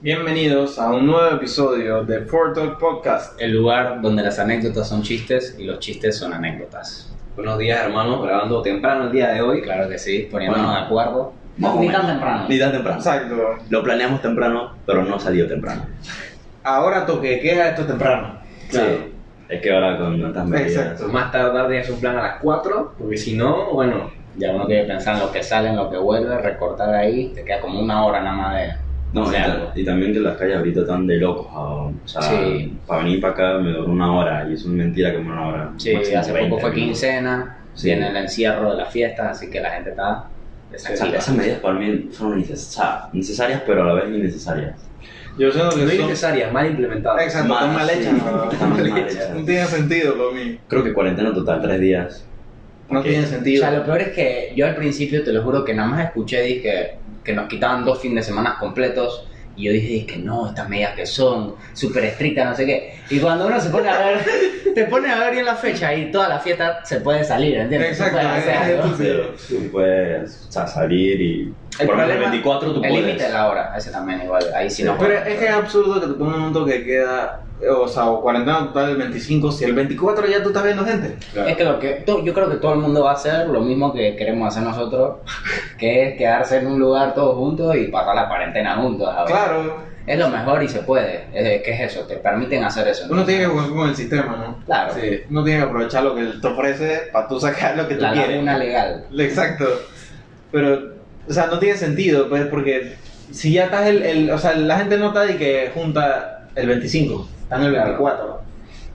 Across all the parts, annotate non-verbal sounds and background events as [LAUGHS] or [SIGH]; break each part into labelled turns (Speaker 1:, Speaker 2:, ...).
Speaker 1: Bienvenidos a un nuevo episodio de Four Talk Podcast.
Speaker 2: El lugar donde las anécdotas son chistes y los chistes son anécdotas.
Speaker 3: Buenos días, hermanos, grabando temprano el día de hoy.
Speaker 2: Claro que sí, poniéndonos
Speaker 3: Bueno.
Speaker 2: de acuerdo.
Speaker 3: Más o
Speaker 2: ni
Speaker 3: menos.
Speaker 2: tan temprano.
Speaker 3: Ni tan temprano.
Speaker 1: Exacto.
Speaker 3: Lo planeamos temprano, pero no salió temprano.
Speaker 1: Ahora toque de queda esto temprano.
Speaker 3: Sí. Es que ahora con tantas medidas.
Speaker 1: Exacto.
Speaker 3: Más tardar tienes un plan a las 4, porque si no, bueno.
Speaker 2: Ya uno tiene que pensar en lo que sale, en lo que vuelve, recortar ahí, te queda como una hora nada más de...
Speaker 4: No,
Speaker 2: hacer
Speaker 4: y, ta-
Speaker 2: algo.
Speaker 4: y también que las calles ahorita están de locos, jabón. O sea,
Speaker 2: Sí.
Speaker 4: para venir para acá me duró una hora y eso es mentira que me duró una hora.
Speaker 2: Sí,
Speaker 4: Máximo
Speaker 2: hace
Speaker 4: 20
Speaker 2: poco fue
Speaker 4: minutos.
Speaker 2: quincena,
Speaker 4: Sí.
Speaker 2: viene el encierro de las fiestas, así que la gente está
Speaker 4: O sea,
Speaker 2: desactivada.
Speaker 4: esas medidas para mí fueron neces- o sea, necesarias, pero a la vez innecesarias.
Speaker 1: Yo siento
Speaker 3: No
Speaker 1: que son...
Speaker 3: innecesarias, mal implementadas.
Speaker 1: Exacto,
Speaker 4: Mal,
Speaker 1: están mal
Speaker 4: sí.
Speaker 1: hechas. ¿no?
Speaker 4: Están mal hechas.
Speaker 1: No tiene sentido para mí.
Speaker 4: Creo que cuarentena total, tres días.
Speaker 1: No
Speaker 4: Ok.
Speaker 1: tiene
Speaker 2: O
Speaker 1: sentido.
Speaker 2: sea, lo peor es que yo al principio, te lo juro, que nada más escuché dije, que nos quitaban dos fines de semana completos. Y yo dije, que no, estas medidas que son súper estrictas, no sé qué. Y cuando uno se pone
Speaker 1: [LAUGHS]
Speaker 2: a ver, te pone a ver bien la fecha y toda la fiesta se puede salir, ¿entiendes? Se
Speaker 1: Exacto,
Speaker 2: puede hacer
Speaker 1: eh,
Speaker 2: algo.
Speaker 1: Sí.
Speaker 4: Pero tú puedes o sea, salir y.
Speaker 2: El
Speaker 4: por ejemplo,
Speaker 2: problema-
Speaker 4: 24 tú
Speaker 2: El
Speaker 4: puedes.
Speaker 2: límite de la hora, ese también igual, ahí sí no.
Speaker 1: Pero es que es absurdo que te pongan un toque de queda, eh, o sea, o cuarentena total el 25, si el 24 ya tú estás viendo gente.
Speaker 2: Es que lo que to- yo creo que todo el mundo va a hacer lo mismo que queremos hacer nosotros, [LAUGHS] que es quedarse en un lugar todos juntos y pasar la cuarentena juntos. ¿sabes?
Speaker 1: Claro,
Speaker 2: Es lo mejor y se puede. Es, ¿Qué es eso? Te permiten hacer eso. ¿no?
Speaker 1: uno tiene que jugar con el sistema, ¿no?
Speaker 2: Claro.
Speaker 1: Sí, uno tiene que aprovechar lo que te ofrece para tú sacar lo que tú
Speaker 2: La
Speaker 1: quieres.
Speaker 2: laguna legal.
Speaker 1: Exacto. Pero, o sea, no tiene sentido, pues, porque si ya estás el, el- O sea, la gente no está de que junta el 25, están el 24.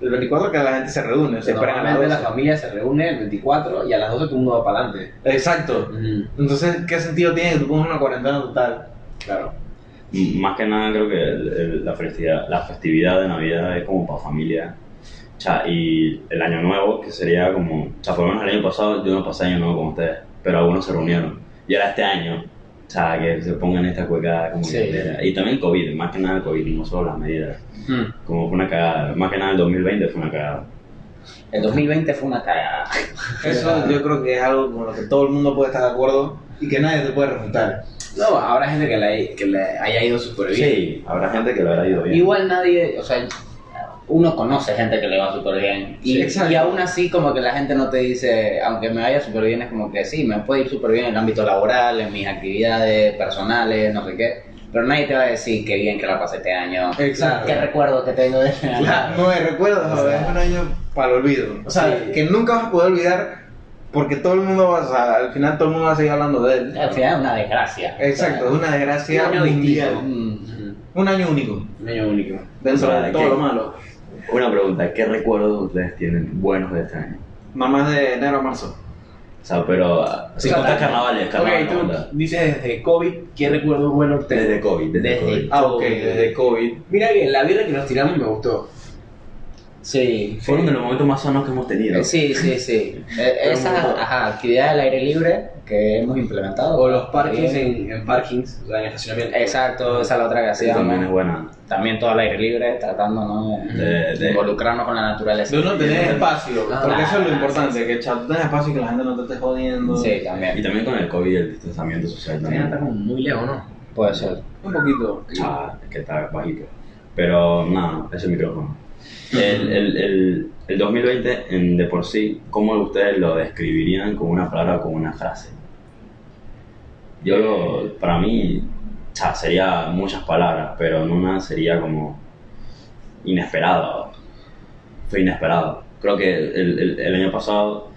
Speaker 1: El 24 que la gente se reúne, se esperan a las
Speaker 3: Normalmente la
Speaker 1: 12.
Speaker 3: familia se reúne el 24 y a las 12 todo el mundo va para adelante.
Speaker 1: Exacto. Entonces, ¿qué sentido tiene que tú pongas una cuarentena total?
Speaker 3: Claro.
Speaker 4: M- Más que nada, creo que el- el- la, festividad, la festividad de Navidad es como para familia. O sea, y el año nuevo, que sería como. O sea, por lo menos el año pasado yo no pasé año nuevo con ustedes, pero algunos se reunieron. Y ahora este año, o sea, que se pongan esta cueca como
Speaker 2: Sí.
Speaker 4: entera. Y también COVID, más que nada el COVID, no solo las medidas.
Speaker 3: Mm.
Speaker 2: Hmm.
Speaker 4: Como fue una cagada. Más que nada el 2020 fue una cagada.
Speaker 2: El 2020 fue una cagada.
Speaker 1: Eso yo creo que es algo con lo que todo el mundo puede estar de acuerdo y que nadie te puede refutar.
Speaker 3: No, habrá gente que le, que le haya ido súper bien.
Speaker 4: Sí, habrá gente que lo habrá ido bien.
Speaker 2: Igual nadie, o sea, uno conoce gente que le va súper bien.
Speaker 1: Sí,
Speaker 2: Y,
Speaker 1: exacto.
Speaker 2: y aún así como que la gente no te dice, aunque me vaya súper bien, es como que sí, me puede ir súper bien en el ámbito laboral, en mis actividades personales, no sé qué. Pero nadie te va a decir qué bien que la pasé este año.
Speaker 1: Exacto.
Speaker 2: Qué recuerdo que tengo de este año.
Speaker 1: No me recuerdas,
Speaker 2: O sea,
Speaker 1: es un año para el olvido. O sea,
Speaker 2: Sí.
Speaker 1: que nunca vas a poder olvidar porque todo el mundo va a. Al final, todo el mundo va a seguir hablando de él.
Speaker 2: [LAUGHS] Al final es una desgracia.
Speaker 1: Exacto, es una desgracia
Speaker 3: Un año
Speaker 1: mundial.
Speaker 3: distinto.
Speaker 2: Mm.
Speaker 3: Ujú.
Speaker 1: Un año único,
Speaker 3: Un año único.
Speaker 1: dentro
Speaker 4: Vale,
Speaker 1: de todo
Speaker 4: ¿qué?
Speaker 1: lo malo.
Speaker 4: Una pregunta: ¿qué recuerdos ustedes tienen buenos de este año?
Speaker 1: Nada más de enero a marzo.
Speaker 4: O sea, pero. Sin
Speaker 3: sea,
Speaker 4: contar
Speaker 3: la-
Speaker 4: carnavales, carnavales.
Speaker 3: Ok,
Speaker 4: no
Speaker 3: tú
Speaker 4: contar.
Speaker 3: dices desde COVID, ¿qué recuerdo bueno tengo?
Speaker 4: Desde COVID, desde,
Speaker 3: Desde-
Speaker 4: COVID.
Speaker 1: Ah, ok,
Speaker 3: Covid.
Speaker 1: desde COVID.
Speaker 3: Mira que la birra que nos tiramos me gustó.
Speaker 2: Sí.
Speaker 4: Fue uno de los momentos más sanos que hemos tenido.
Speaker 2: Eh, Sí, sí, sí.
Speaker 3: [LAUGHS]
Speaker 2: Eh, Esas ajá, actividades al aire libre que hemos implementado.
Speaker 3: O los parkings
Speaker 2: Bien.
Speaker 3: en, en parkings, o sea, en estacionamiento.
Speaker 2: Exacto, esa es la otra que
Speaker 4: Sí, también es
Speaker 2: hacíamos.
Speaker 4: buena.
Speaker 2: También todo al aire libre, tratando ¿no? de,
Speaker 4: De- de-
Speaker 2: involucrarnos con la naturaleza.
Speaker 1: De uno tener espacio,
Speaker 2: Ah,
Speaker 1: porque eso es lo
Speaker 2: ah,
Speaker 1: importante, que chao, tú tengas espacio y que la gente no te esté jodiendo.
Speaker 2: Sí,
Speaker 4: Y
Speaker 2: también.
Speaker 4: también con el COVID y el distanciamiento social
Speaker 3: Mira, está
Speaker 4: también.
Speaker 3: como muy lejos, ¿no?
Speaker 2: Puede ser.
Speaker 1: Un poquito.
Speaker 4: Ah, es que está bajito. Pero nada, ese micrófono. El, el, el, el 2020 en, de por sí, ¿cómo ustedes lo describirían con una palabra o con una frase? Yo lo, para mí, o sea, sería muchas palabras, pero en una sería como inesperado. Fue inesperado. Creo que el, el- el año pasado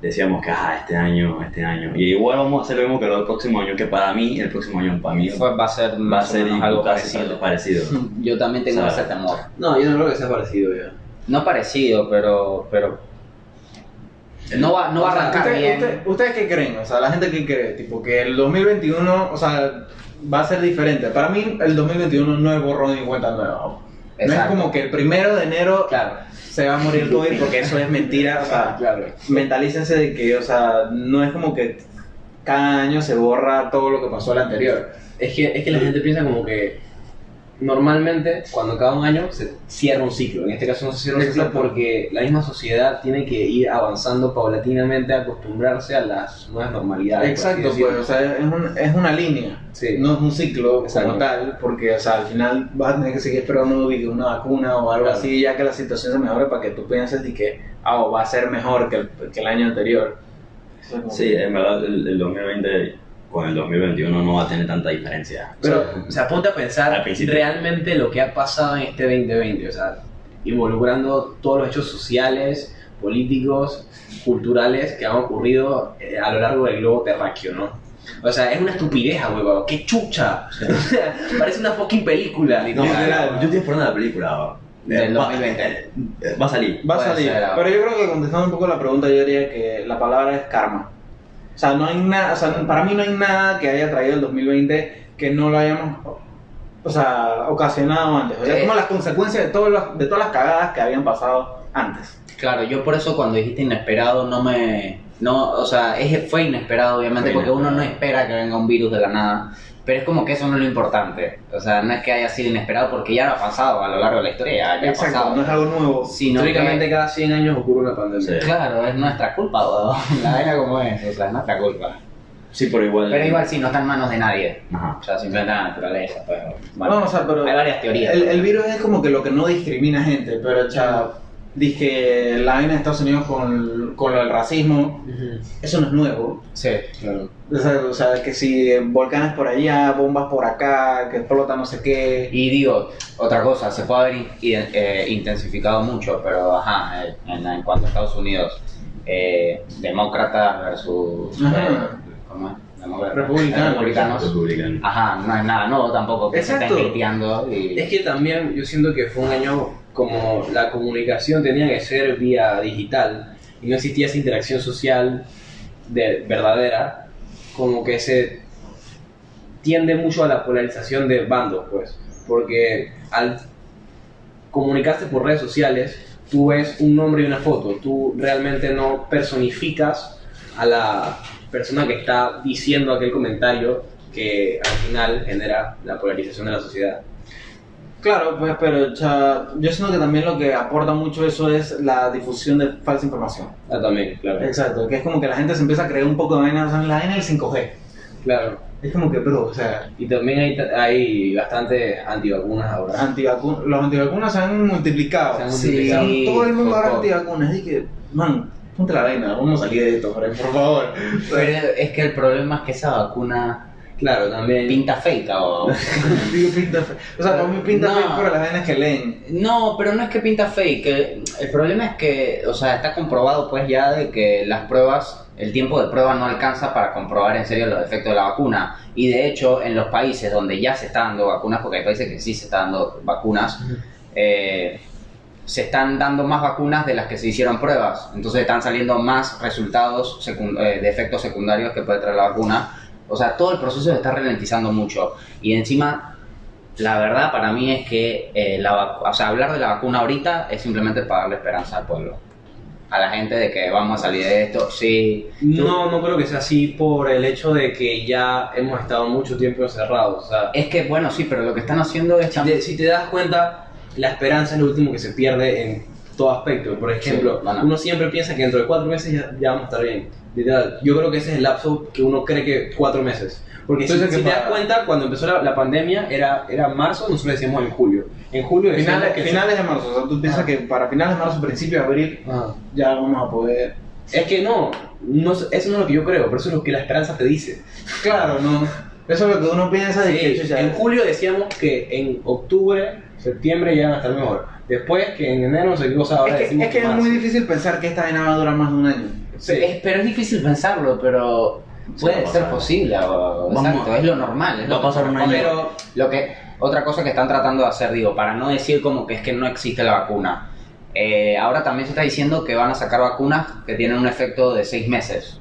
Speaker 4: decíamos que, ah, este año, este año. Y igual vamos a hacer lo mismo que el próximo año, que para mí, el próximo año para mí
Speaker 2: Fue- va a ser
Speaker 4: va a
Speaker 2: más o
Speaker 4: ser
Speaker 2: menos
Speaker 4: algo
Speaker 2: algo
Speaker 4: casi
Speaker 2: parecido.
Speaker 4: parecido.
Speaker 2: [LAUGHS] Yo también tengo
Speaker 4: O sea,
Speaker 2: ese temor.
Speaker 3: No, yo no creo que sea parecido ya.
Speaker 2: No parecido, pero. pero no va, no va
Speaker 1: O
Speaker 2: a
Speaker 1: sea,
Speaker 2: arrancar
Speaker 1: ¿usted-
Speaker 2: bien.
Speaker 1: usted- ¿Ustedes qué creen? O sea, la gente qué cree, tipo, que el 2021, o sea, va a ser diferente. Para mí, el 2021 no es borrón y cuenta nueva. No es
Speaker 2: Exacto.
Speaker 1: como que el primero de enero
Speaker 2: Claro.
Speaker 1: se va a morir COVID porque eso es mentira, o sea,
Speaker 3: Claro.
Speaker 1: mentalícense de que, o sea, no es como que cada año se borra todo lo que pasó el anterior.
Speaker 3: Es que, es que la gente piensa como que normalmente cuando cada un año se cierra un ciclo. En este caso no se cierra un ciclo
Speaker 1: Exacto.
Speaker 3: porque la misma sociedad tiene que ir avanzando paulatinamente a acostumbrarse a las nuevas normalidades. por así
Speaker 1: Exacto,
Speaker 3: decirlo.
Speaker 1: pues, o sea, es, un- es una línea,
Speaker 3: Sí.
Speaker 1: no es un ciclo
Speaker 3: Exacto.
Speaker 1: como tal, porque, o sea, al final vas a tener que seguir esperando de que una vacuna o algo
Speaker 3: Claro.
Speaker 1: así, ya que la situación se mejore para que tú pienses de que, ah, o va a ser mejor que el, que el año anterior. Eso es como-
Speaker 4: [LAUGHS] Sí, en verdad el, el 2020 con el 2021 no va a tener tanta diferencia.
Speaker 3: Pero, o sea, ponte a
Speaker 4: Al
Speaker 3: pensar
Speaker 4: principio.
Speaker 3: realmente lo que ha pasado en este 2020, o sea, involucrando todos los hechos sociales, políticos, culturales que han ocurrido eh, a lo largo del globo terráqueo, ¿no? O sea, es una estupidez, ah, huevón, qué chucha. [LAUGHS] O sea, Parece una fucking película,
Speaker 4: No,
Speaker 3: literal.
Speaker 4: yo estoy esperando la película.
Speaker 2: Del
Speaker 4: va-
Speaker 2: 2020.
Speaker 4: eh, Va a salir.
Speaker 1: Va a
Speaker 2: Puede
Speaker 1: salir.
Speaker 2: ser algo.
Speaker 1: Pero yo creo que contestando un poco la pregunta, yo diría que la palabra es karma. O sea, no hay nada, o sea, para mí no hay nada que haya traído el 2020 que no lo hayamos, o sea, ocasionado antes. O sea,
Speaker 2: Sí.
Speaker 1: como las consecuencias de, todos los- de todas las cagadas que habían pasado antes.
Speaker 2: Claro, yo por eso cuando dijiste inesperado no me... No, o sea, es, fue inesperado obviamente
Speaker 4: Fue
Speaker 2: porque uno no
Speaker 4: inesperado.
Speaker 2: espera que venga un virus de la nada. Pero es como que eso no es lo importante. O sea, no es que haya sido inesperado porque ya lo ha pasado a lo largo de la historia, ya ha
Speaker 1: Exacto, no
Speaker 2: pasado.
Speaker 1: es algo nuevo.
Speaker 2: Sino
Speaker 3: Históricamente
Speaker 2: que-
Speaker 3: cada 100 años ocurre una pandemia.
Speaker 4: Sí.
Speaker 2: Claro, es nuestra culpa, huevón. [LAUGHS] La vaina como es, o sea, es nuestra culpa.
Speaker 4: Sí, pero igual.
Speaker 2: Pero igual sí, no está en manos de nadie.
Speaker 4: Ajá.
Speaker 2: O sea, simplemente la naturaleza, pero... Bueno,
Speaker 1: no, o sea, pero
Speaker 2: hay varias teorías.
Speaker 1: El, el virus es como que lo que no discrimina gente, pero, o sea, dije, la vaina de Estados Unidos con, con lo del racismo, eso no es nuevo.
Speaker 2: Sí.
Speaker 3: Claro.
Speaker 1: O sea, o sea, que si volcanes por allá, bombas por acá, que explota no sé qué.
Speaker 2: Y digo, otra cosa, se puede haber in- ide- eh, intensificado mucho, pero ajá, eh, en, en cuanto a Estados Unidos, eh, demócratas versus.
Speaker 1: Ajá.
Speaker 2: eh, ¿Cómo es? Demócratas.
Speaker 1: Republicanos.
Speaker 2: Republicanos.
Speaker 4: Republicano.
Speaker 2: Ajá, no es nada nuevo tampoco, que se
Speaker 1: Exacto.
Speaker 2: estén hateando y.
Speaker 3: Es que también yo siento que fue un año como la comunicación tenía que ser vía digital y no existía esa interacción social de, verdadera, como que se tiende mucho a la polarización de bandos, pues, porque al comunicarse por redes sociales, tú ves un nombre y una foto, tú realmente no personificas a la persona que está diciendo aquel comentario que al final genera la polarización de la sociedad.
Speaker 1: Claro, pues, pero o sea, yo siento que también lo que aporta mucho eso es la difusión de falsa información.
Speaker 3: Ah, también, claro.
Speaker 1: Exacto, que es como que la gente se empieza a creer un poco de vainas, o sea, la vaina del 5G.
Speaker 3: Claro.
Speaker 1: Es como que, bro, o sea,
Speaker 3: Y también hay, ta- hay bastante antivacunas ahora.
Speaker 1: antivacu- los antivacunas se han multiplicado.
Speaker 3: Se han
Speaker 1: O sea,
Speaker 3: multiplicado.
Speaker 2: Sí,
Speaker 1: todo el mundo ahora es
Speaker 2: por favor.
Speaker 1: antivacunas. Y que, man, ponte la vaina, vamos a salir de esto, por por favor. [LAUGHS]
Speaker 2: Pero es que el problema es que esa vacuna
Speaker 3: Claro, también.
Speaker 2: pinta fake, o.
Speaker 1: Digo, pinta fe- O sea, para mí pinta
Speaker 2: No.
Speaker 1: fe por las vainas que leen.
Speaker 2: No, pero no es que pinta fake. El, el problema es que, o sea, está comprobado pues ya de que las pruebas, el tiempo de prueba no alcanza para comprobar en serio los efectos de la vacuna. Y de hecho, en los países donde ya se están dando vacunas, porque hay países que sí se están dando vacunas, eh, se están dando más vacunas de las que se hicieron pruebas. Entonces están saliendo más resultados secun- eh, de efectos secundarios que puede traer la vacuna. O sea, todo el proceso se está ralentizando mucho. Y encima, la verdad para mí es que eh, la vacu- o sea, hablar de la vacuna ahorita es simplemente para darle esperanza al pueblo. A la gente de que vamos a salir de esto, sí.
Speaker 3: No, no creo que sea así por el hecho de que ya hemos estado mucho tiempo encerrados. O sea,
Speaker 2: Es que, bueno, sí, pero lo que están haciendo es...
Speaker 3: si te, si te das cuenta, la esperanza es lo último que se pierde en todo aspecto. Por ejemplo,
Speaker 2: Sí, bueno.
Speaker 3: uno siempre piensa que dentro de cuatro meses ya, ya vamos a estar bien. Literal, yo creo que ese es el lapso que uno cree que cuatro meses. Porque si,
Speaker 1: Entonces,
Speaker 3: si
Speaker 1: ¿qué
Speaker 3: te das
Speaker 1: pasa?
Speaker 3: cuenta, cuando empezó la, la pandemia era, era marzo, nosotros decíamos en julio. En julio decíamos
Speaker 1: Finales,
Speaker 3: Pues que se-
Speaker 1: finales de marzo, o sea, tú piensas
Speaker 3: Ah.
Speaker 1: que para finales de marzo, principio de abril,
Speaker 3: Ajá.
Speaker 1: ya vamos a poder.
Speaker 3: Es que no, no, eso no es lo que yo creo, pero eso es lo que la esperanza te dice.
Speaker 1: Claro, no. Eso es lo que uno piensa Ah, de que chucha,
Speaker 3: en julio decíamos que en octubre, septiembre ya van a estar mejor. Después que en enero no sé qué cosa ahora
Speaker 1: Es que,
Speaker 3: decimos
Speaker 1: es que es
Speaker 3: marzo.
Speaker 1: muy difícil pensar que esta vaina va a durar más de un año.
Speaker 3: Sí.
Speaker 2: Es- pero es difícil pensarlo, pero puede
Speaker 4: va a
Speaker 2: ser
Speaker 4: pasar.
Speaker 2: posible. o-
Speaker 4: Vamos
Speaker 2: exacto,
Speaker 4: a-
Speaker 2: es lo normal. Es
Speaker 4: va
Speaker 2: lo
Speaker 4: a
Speaker 2: que
Speaker 4: pasar un año.
Speaker 2: corresponde.
Speaker 3: Pero
Speaker 2: Lo que, otra cosa que están tratando de hacer, digo, para no decir como que es que no existe la vacuna. Eh, ahora también se está diciendo que van a sacar vacunas que tienen un efecto de seis meses.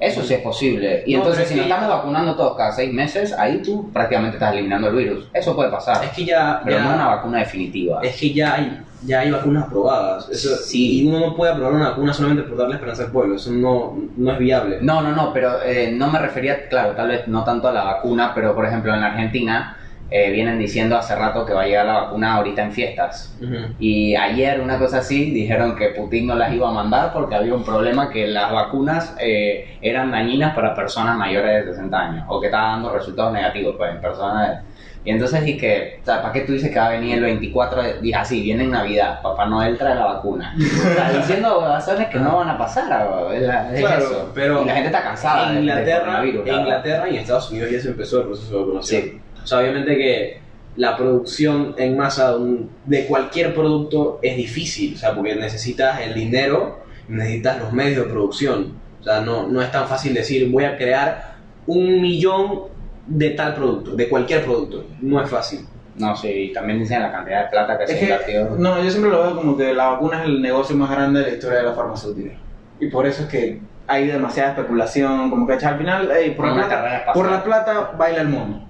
Speaker 2: Eso sí es posible. Y
Speaker 3: No,
Speaker 2: entonces,
Speaker 3: pero
Speaker 2: si
Speaker 3: es
Speaker 2: nos
Speaker 3: que-
Speaker 2: estamos vacunando todos cada seis meses, ahí tú prácticamente estás eliminando el virus. Eso puede pasar.
Speaker 3: es que ya,
Speaker 2: pero
Speaker 3: ya-
Speaker 2: no una vacuna definitiva.
Speaker 3: es que ya hay, ya hay vacunas aprobadas. Eso,
Speaker 2: Sí.
Speaker 3: Y uno no puede aprobar una vacuna solamente por darle esperanza al pueblo, eso no, no es viable.
Speaker 2: No, no, no, pero eh, no me refería, claro, tal vez no tanto a la vacuna, pero por ejemplo en la Argentina eh, vienen diciendo hace rato que va a llegar la vacuna ahorita en fiestas. Y ayer, una cosa así, dijeron que Putin no las iba a mandar porque había un problema que las vacunas eh, eran dañinas para personas mayores de 60 años o que estaban dando resultados negativos pues, en personas. de- Y entonces y que, o sea, ¿para qué tú dices que va a venir el 24? de- Dije, así, viene en Navidad, Papá Noel trae la vacuna. O sea, diciendo razones que no van a pasar, o- es, la- es
Speaker 3: Claro,
Speaker 2: eso.
Speaker 3: pero
Speaker 2: y la gente está cansada
Speaker 3: En
Speaker 2: del- del
Speaker 3: Inglaterra,
Speaker 2: coronavirus,
Speaker 3: en
Speaker 2: la verdad.
Speaker 3: Inglaterra y en Estados Unidos ya se empezó el proceso de vacunación.
Speaker 2: Sí.
Speaker 3: O sea, obviamente que la producción en masa de, un- de cualquier producto es difícil, o sea, porque necesitas el dinero, necesitas los medios de producción. O sea, no, no es tan fácil decir voy a crear un millón de tal producto, de cualquier producto. No es fácil.
Speaker 2: No, sí, y también dicen la cantidad de plata que
Speaker 1: Es
Speaker 2: se
Speaker 1: que,
Speaker 2: invirtió.
Speaker 1: no, yo siempre lo veo como que la vacuna es el negocio más grande de la historia de la farmacéutica. Y por eso es que hay demasiada especulación, como que echar al final, ey, por, la
Speaker 2: Una
Speaker 1: plata,
Speaker 2: carrera espacial.
Speaker 1: por la plata baila el mono.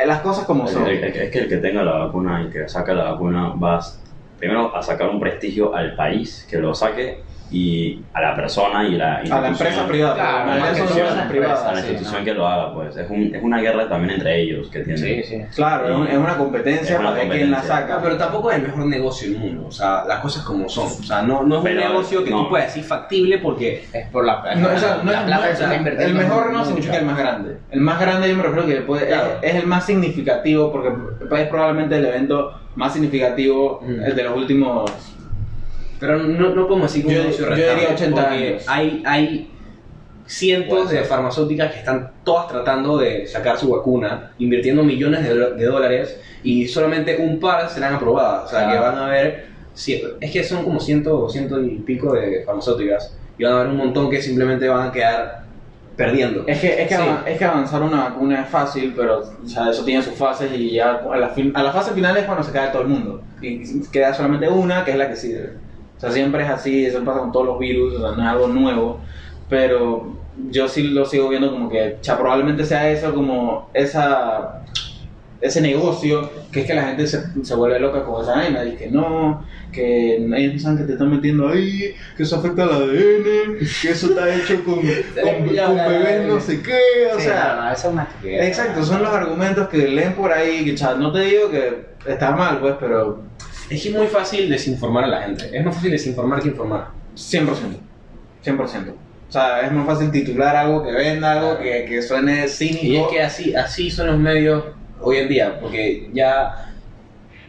Speaker 1: Eh, Las cosas como
Speaker 4: El-
Speaker 1: son.
Speaker 4: el- el- es que el que tenga la vacuna, el que saca la vacuna, vas primero a sacar un prestigio al país que lo saque y a la persona y la
Speaker 1: A la
Speaker 4: institución-
Speaker 1: empresa privada.
Speaker 2: Claro,
Speaker 1: porque
Speaker 2: más
Speaker 1: son
Speaker 2: que
Speaker 1: empresas
Speaker 2: son
Speaker 1: privadas.
Speaker 4: a la
Speaker 2: sí,
Speaker 4: institución
Speaker 2: ¿no?
Speaker 4: que lo haga, pues. Es, un- es una guerra también entre ellos que tienen.
Speaker 2: Sí, sí.
Speaker 1: Claro, es un- es una competencia
Speaker 4: Es una
Speaker 1: para ver quién la
Speaker 4: competencia.
Speaker 1: saca.
Speaker 3: Ah, Pero tampoco es el mejor negocio del mundo, o sea, las cosas como son. O sea, no, no es
Speaker 4: Pero,
Speaker 3: un negocio que
Speaker 4: no.
Speaker 3: tú puedas decir factible porque
Speaker 2: Es por la
Speaker 1: No, o sea, no
Speaker 2: la
Speaker 1: es-
Speaker 2: plata
Speaker 1: no,
Speaker 2: que
Speaker 1: o
Speaker 2: se está
Speaker 1: sea, el
Speaker 2: invirtiendo
Speaker 1: mejor no
Speaker 2: mucho.
Speaker 1: significa el más grande. El más grande yo me refiero que puede-
Speaker 3: Claro.
Speaker 1: es, es el más significativo porque es probablemente el evento más significativo
Speaker 3: Mm.
Speaker 1: el de los últimos...
Speaker 3: Pero no, no podemos decir que
Speaker 1: Yo-
Speaker 3: un negocio
Speaker 1: yo
Speaker 3: rentable,
Speaker 1: diría 80
Speaker 3: porque
Speaker 1: años.
Speaker 3: Hay, hay cientos de farmacéuticas que están todas tratando de sacar su vacuna, invirtiendo millones de, do- de dólares y solamente un par serán aprobadas. O sea,
Speaker 2: Claro.
Speaker 3: que van a haber. cien- Es que son como ciento o ciento y pico de farmacéuticas y van a haber un montón que simplemente van a quedar perdiendo.
Speaker 1: Es que, es que,
Speaker 3: Sí.
Speaker 1: avan- es que avanzar una vacuna es fácil, pero o sea, eso tiene sus fases y ya a la, fin- a la fase final es cuando se cae todo el mundo. Y queda solamente una que es la que sirve. O sea, siempre es así, eso pasa con todos los virus, o sea, no es algo nuevo. Pero yo sí lo sigo viendo como que, o sea, probablemente sea eso como esa ese negocio que es que la gente se, se vuelve loca con esa vaina y que no, que ellos no saben que te están metiendo ahí, que eso afecta al ADN, que eso está hecho
Speaker 2: [LAUGHS]
Speaker 1: con, con,
Speaker 2: Ya,
Speaker 1: con
Speaker 2: ya, ya,
Speaker 1: bebés
Speaker 2: ya.
Speaker 1: no sé qué, o
Speaker 2: Sí,
Speaker 1: sea,
Speaker 2: no, no, eso es una estupidez.
Speaker 1: exacto, son los argumentos que leen por ahí, que cha, no te digo que está mal pues, pero
Speaker 3: Es que es muy fácil desinformar a la gente. Es más fácil desinformar que informar.
Speaker 1: 100%, 100%. O sea, es más fácil titular algo que venda algo, que, que suene cínico.
Speaker 3: Y es que así, así son los medios hoy en día, porque ya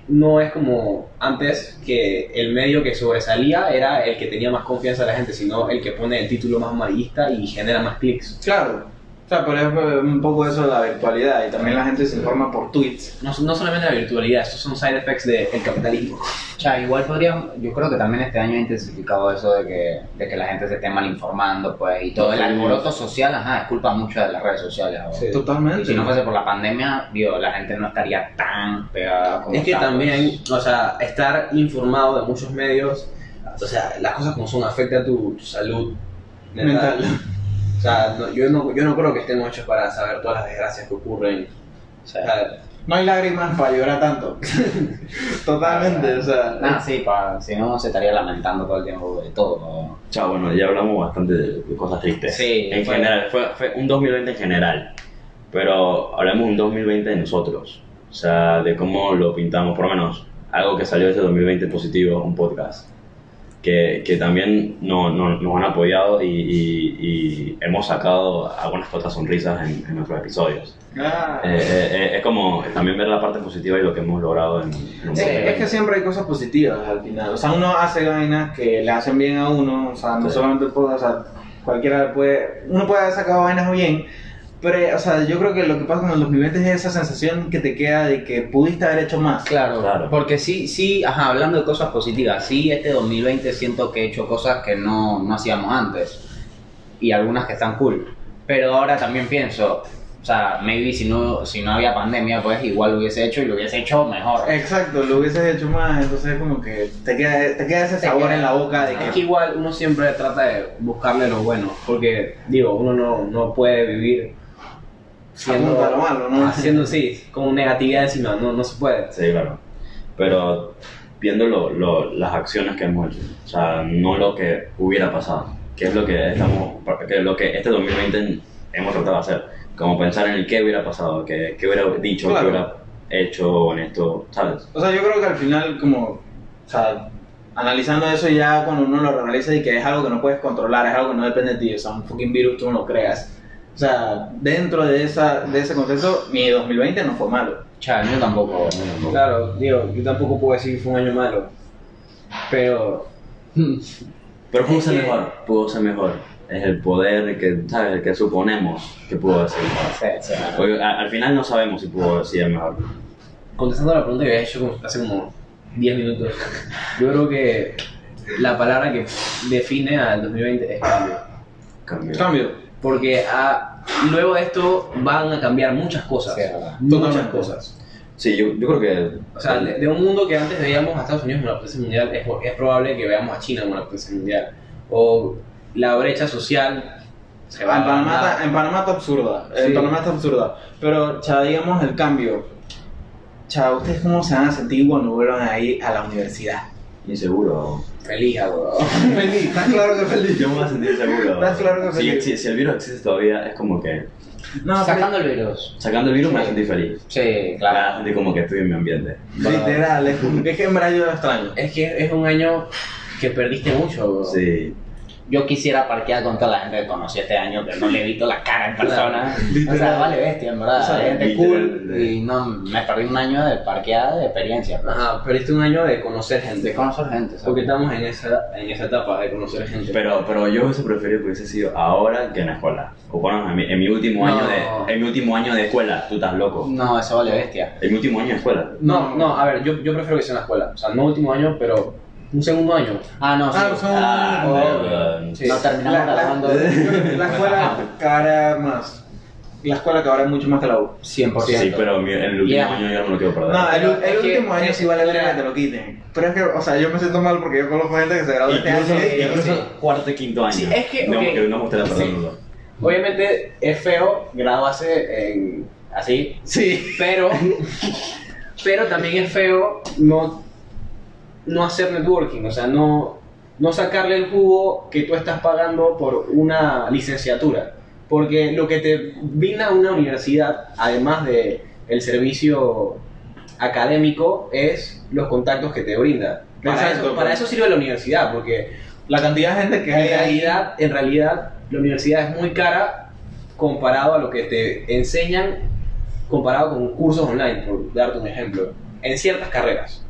Speaker 3: no es como antes que el medio que sobresalía era el que tenía más confianza de la gente, sino el que pone el título más amarillista y genera más clics.
Speaker 1: Claro, o sea, pero es eh, un poco eso de la virtualidad y también la gente se informa por tweets.
Speaker 3: No, no solamente la virtualidad, estos son side effects del capitalismo.
Speaker 2: O sea, igual podrían, yo creo que también este año ha intensificado eso de que, de que la gente se esté malinformando, pues, y todo el
Speaker 4: Sí.
Speaker 2: alboroto social, ajá, es culpa mucho de las redes sociales. ahora.
Speaker 3: Sí.
Speaker 1: Totalmente.
Speaker 2: Y si no pues, fuese por la pandemia, digo, la gente no estaría tan pegada como
Speaker 3: Es que
Speaker 2: está, pues.
Speaker 3: también, o sea, estar informado de muchos medios, o sea, las cosas como son afecta a tu, tu salud mental.
Speaker 1: Mental.
Speaker 3: O sea, no- yo, no, yo no creo que estemos hechos para saber todas las desgracias que ocurren.
Speaker 2: O
Speaker 3: O
Speaker 2: sea,
Speaker 3: sea,
Speaker 1: [LAUGHS] No hay lágrimas para llorar tanto. Totalmente, o sea.
Speaker 2: nada, sí, pa- si no se estaría lamentando todo el tiempo de todo. ¿no?
Speaker 4: O sea, bueno, ya hablamos bastante de, de cosas tristes.
Speaker 2: Sí,
Speaker 4: en
Speaker 2: fue-
Speaker 4: general, fue, fue un 2020 en general. Pero hablemos de un 2020 de nosotros. O sea, de cómo lo pintamos, por lo menos algo que salió de este 2020 positivo, un podcast. Que, que también no- no- nos han apoyado y, y- y hemos sacado algunas cuantas sonrisas en, en nuestros episodios.
Speaker 1: ah.
Speaker 4: Eh, eh, eh, es como también ver la parte positiva y lo que hemos logrado en, en un
Speaker 1: Es, es
Speaker 4: 2020.
Speaker 1: que siempre hay cosas positivas al final. O sea, uno hace vainas que le hacen bien a uno. O sea, no
Speaker 4: Sí.
Speaker 1: solamente el podcast, o sea, cualquiera puede. Uno puede haber sacado vainas bien. Pero, o sea, yo creo que lo que pasa con el 2020 es esa sensación que te queda de que pudiste haber hecho más.
Speaker 2: Claro,
Speaker 4: Claro.
Speaker 2: porque sí, sí, ajá, hablando de cosas positivas, sí, este 2020 siento que he hecho cosas que no, no hacíamos antes y algunas que están cool, pero ahora también pienso, o sea, maybe si no, si no había pandemia, pues igual lo hubiese hecho y lo hubiese hecho mejor.
Speaker 1: Exacto, lo hubieses hecho más. Entonces, como que te queda, te queda ese
Speaker 2: Te
Speaker 1: sabor
Speaker 2: queda-
Speaker 1: en la boca de
Speaker 3: Es
Speaker 1: que.
Speaker 3: que igual uno siempre trata de buscarle lo bueno, porque digo, uno no, no puede vivir siendo
Speaker 1: Apunta lo malo, ¿no?
Speaker 3: haciendo sí, como negatividad encima, no, no se puede.
Speaker 4: Sí, claro. Pero viendo lo- lo- las acciones que hemos hecho, o sea, no lo que hubiera pasado, que es lo que estamos, que es lo que este 2020 hemos tratado de hacer, como pensar en el qué hubiera pasado, qué, qué hubiera dicho,
Speaker 1: Claro.
Speaker 4: qué hubiera hecho, honesto, ¿sabes?
Speaker 1: O sea, yo creo que al final, como, o sea, analizando eso ya cuando uno lo analiza y que es algo que no puedes controlar, es algo que no depende de ti, o sea, un fucking virus tú no lo creas. O sea, dentro de, esa, de ese concepto, mi 2020 no fue malo.
Speaker 2: Chá, el mío tampoco. el mío tampoco.
Speaker 3: Claro, digo, yo tampoco puedo decir que fue un año malo. Pero
Speaker 4: Pero pudo
Speaker 3: Es
Speaker 4: ser
Speaker 3: que-
Speaker 4: mejor, pudo ser mejor. Es el poder que, ¿sabes? El que suponemos que pudo ser mejor.
Speaker 2: Sí, sí.
Speaker 4: Oye, a- al final no sabemos si pudo ser mejor.
Speaker 3: contestando a la pregunta que había hecho como- hace como 10 minutos, yo creo que la palabra que define al 2020 es cambio.
Speaker 4: Cambio.
Speaker 1: En cambio,
Speaker 3: Porque a- luego de esto van a cambiar muchas cosas.
Speaker 2: Sí, es verdad.
Speaker 3: muchas
Speaker 1: Totalmente.
Speaker 3: cosas.
Speaker 4: Sí, yo, yo creo que...
Speaker 3: O sea, de, de un mundo que antes veíamos a Estados Unidos como la potencia mundial, es, es probable que veamos a China como la potencia mundial. O la brecha social se va
Speaker 1: en
Speaker 3: a
Speaker 1: Panamá,
Speaker 3: agrandar.
Speaker 1: está, en Panamá está absurda. En
Speaker 3: Sí.
Speaker 1: Panamá está absurda. Pero, cha, digamos el cambio. Cha, ¿ustedes cómo se van a sentir cuando vuelvan a ir a la universidad?
Speaker 4: Inseguro.
Speaker 3: Feliz, ah, abogado.
Speaker 1: feliz, está claro que feliz.
Speaker 4: [LAUGHS] Yo me voy a sentir seguro.
Speaker 1: Estás claro que
Speaker 4: si,
Speaker 1: feliz.
Speaker 4: si- si el virus existe todavía, es como que...
Speaker 1: No,
Speaker 2: Sacando el virus.
Speaker 4: Sacando el virus me voy a sentir feliz.
Speaker 2: Sí,
Speaker 4: Me voy a
Speaker 2: claro.
Speaker 4: sentir como que estoy en mi ambiente.
Speaker 1: literal, es, como que es que en verdad yo lo extraño.
Speaker 3: Es que es un año que perdiste mucho, abogado.
Speaker 4: Sí.
Speaker 2: Yo quisiera parquear con toda la gente que conocí este año, pero no le he visto la cara en persona. O sea, vale bestia, en verdad.
Speaker 1: O sea,
Speaker 2: Hay gente
Speaker 4: literal,
Speaker 2: cool. Y no, me perdí un año de parqueada de experiencia. pues.
Speaker 3: Ajá, perdiste un año de conocer
Speaker 2: De
Speaker 3: gente.
Speaker 2: conocer gente, ¿sabes?
Speaker 3: Porque estamos en esa, en esa etapa de conocer gente.
Speaker 4: Pero, pero yo hubiese preferido que hubiese sido ahora que en la escuela. O por lo menos en mi, en mi último
Speaker 3: No.
Speaker 4: año de... En mi último año de escuela. Tú estás loco.
Speaker 2: No, eso vale bestia.
Speaker 4: En mi último año de escuela.
Speaker 3: No, no, a ver, yo, yo prefiero que sea en la escuela. O sea, no último año, pero un segundo año.
Speaker 2: Ah, no, sí.
Speaker 1: Ah, son-
Speaker 4: Ah,
Speaker 1: oh.
Speaker 4: perdón.
Speaker 3: sí.
Speaker 2: No terminamos
Speaker 1: La, la-
Speaker 2: grabando
Speaker 1: [LAUGHS] la escuela cara más. La escuela que ahora es mucho más que la U.
Speaker 2: 100%.
Speaker 4: Sí, pero mi- el último
Speaker 2: Yeah.
Speaker 4: año yo no lo quiero perder.
Speaker 1: No, el, el
Speaker 3: Es que-
Speaker 1: último año
Speaker 3: es-
Speaker 1: sí vale
Speaker 3: mira.
Speaker 1: verga que te lo quiten. Pero es que, o sea, yo me siento mal porque yo conozco gente que se graduó este
Speaker 4: Incluso,
Speaker 1: año. y-
Speaker 4: incluso
Speaker 1: sí.
Speaker 4: cuarto y quinto año.
Speaker 3: Sí, es que,
Speaker 4: No,
Speaker 3: ok.
Speaker 4: porque no me gustaría
Speaker 3: Sí.
Speaker 4: perderlo.
Speaker 3: Obviamente es feo graduarse en, así,
Speaker 1: Sí.
Speaker 3: pero, pero también es feo no, no hacer networking, o sea, no, no sacarle el jugo que tú estás pagando por una licenciatura. Porque lo que te brinda una universidad, además de el servicio académico, es los contactos que te brinda. Para,
Speaker 1: Exacto,
Speaker 3: eso, para
Speaker 1: pero-
Speaker 3: eso sirve la universidad, porque
Speaker 1: La cantidad de gente que
Speaker 3: en
Speaker 1: hay ahí.
Speaker 3: realidad, en realidad, la universidad es muy cara comparado a lo que te enseñan, comparado con cursos online, por darte un ejemplo, en ciertas carreras.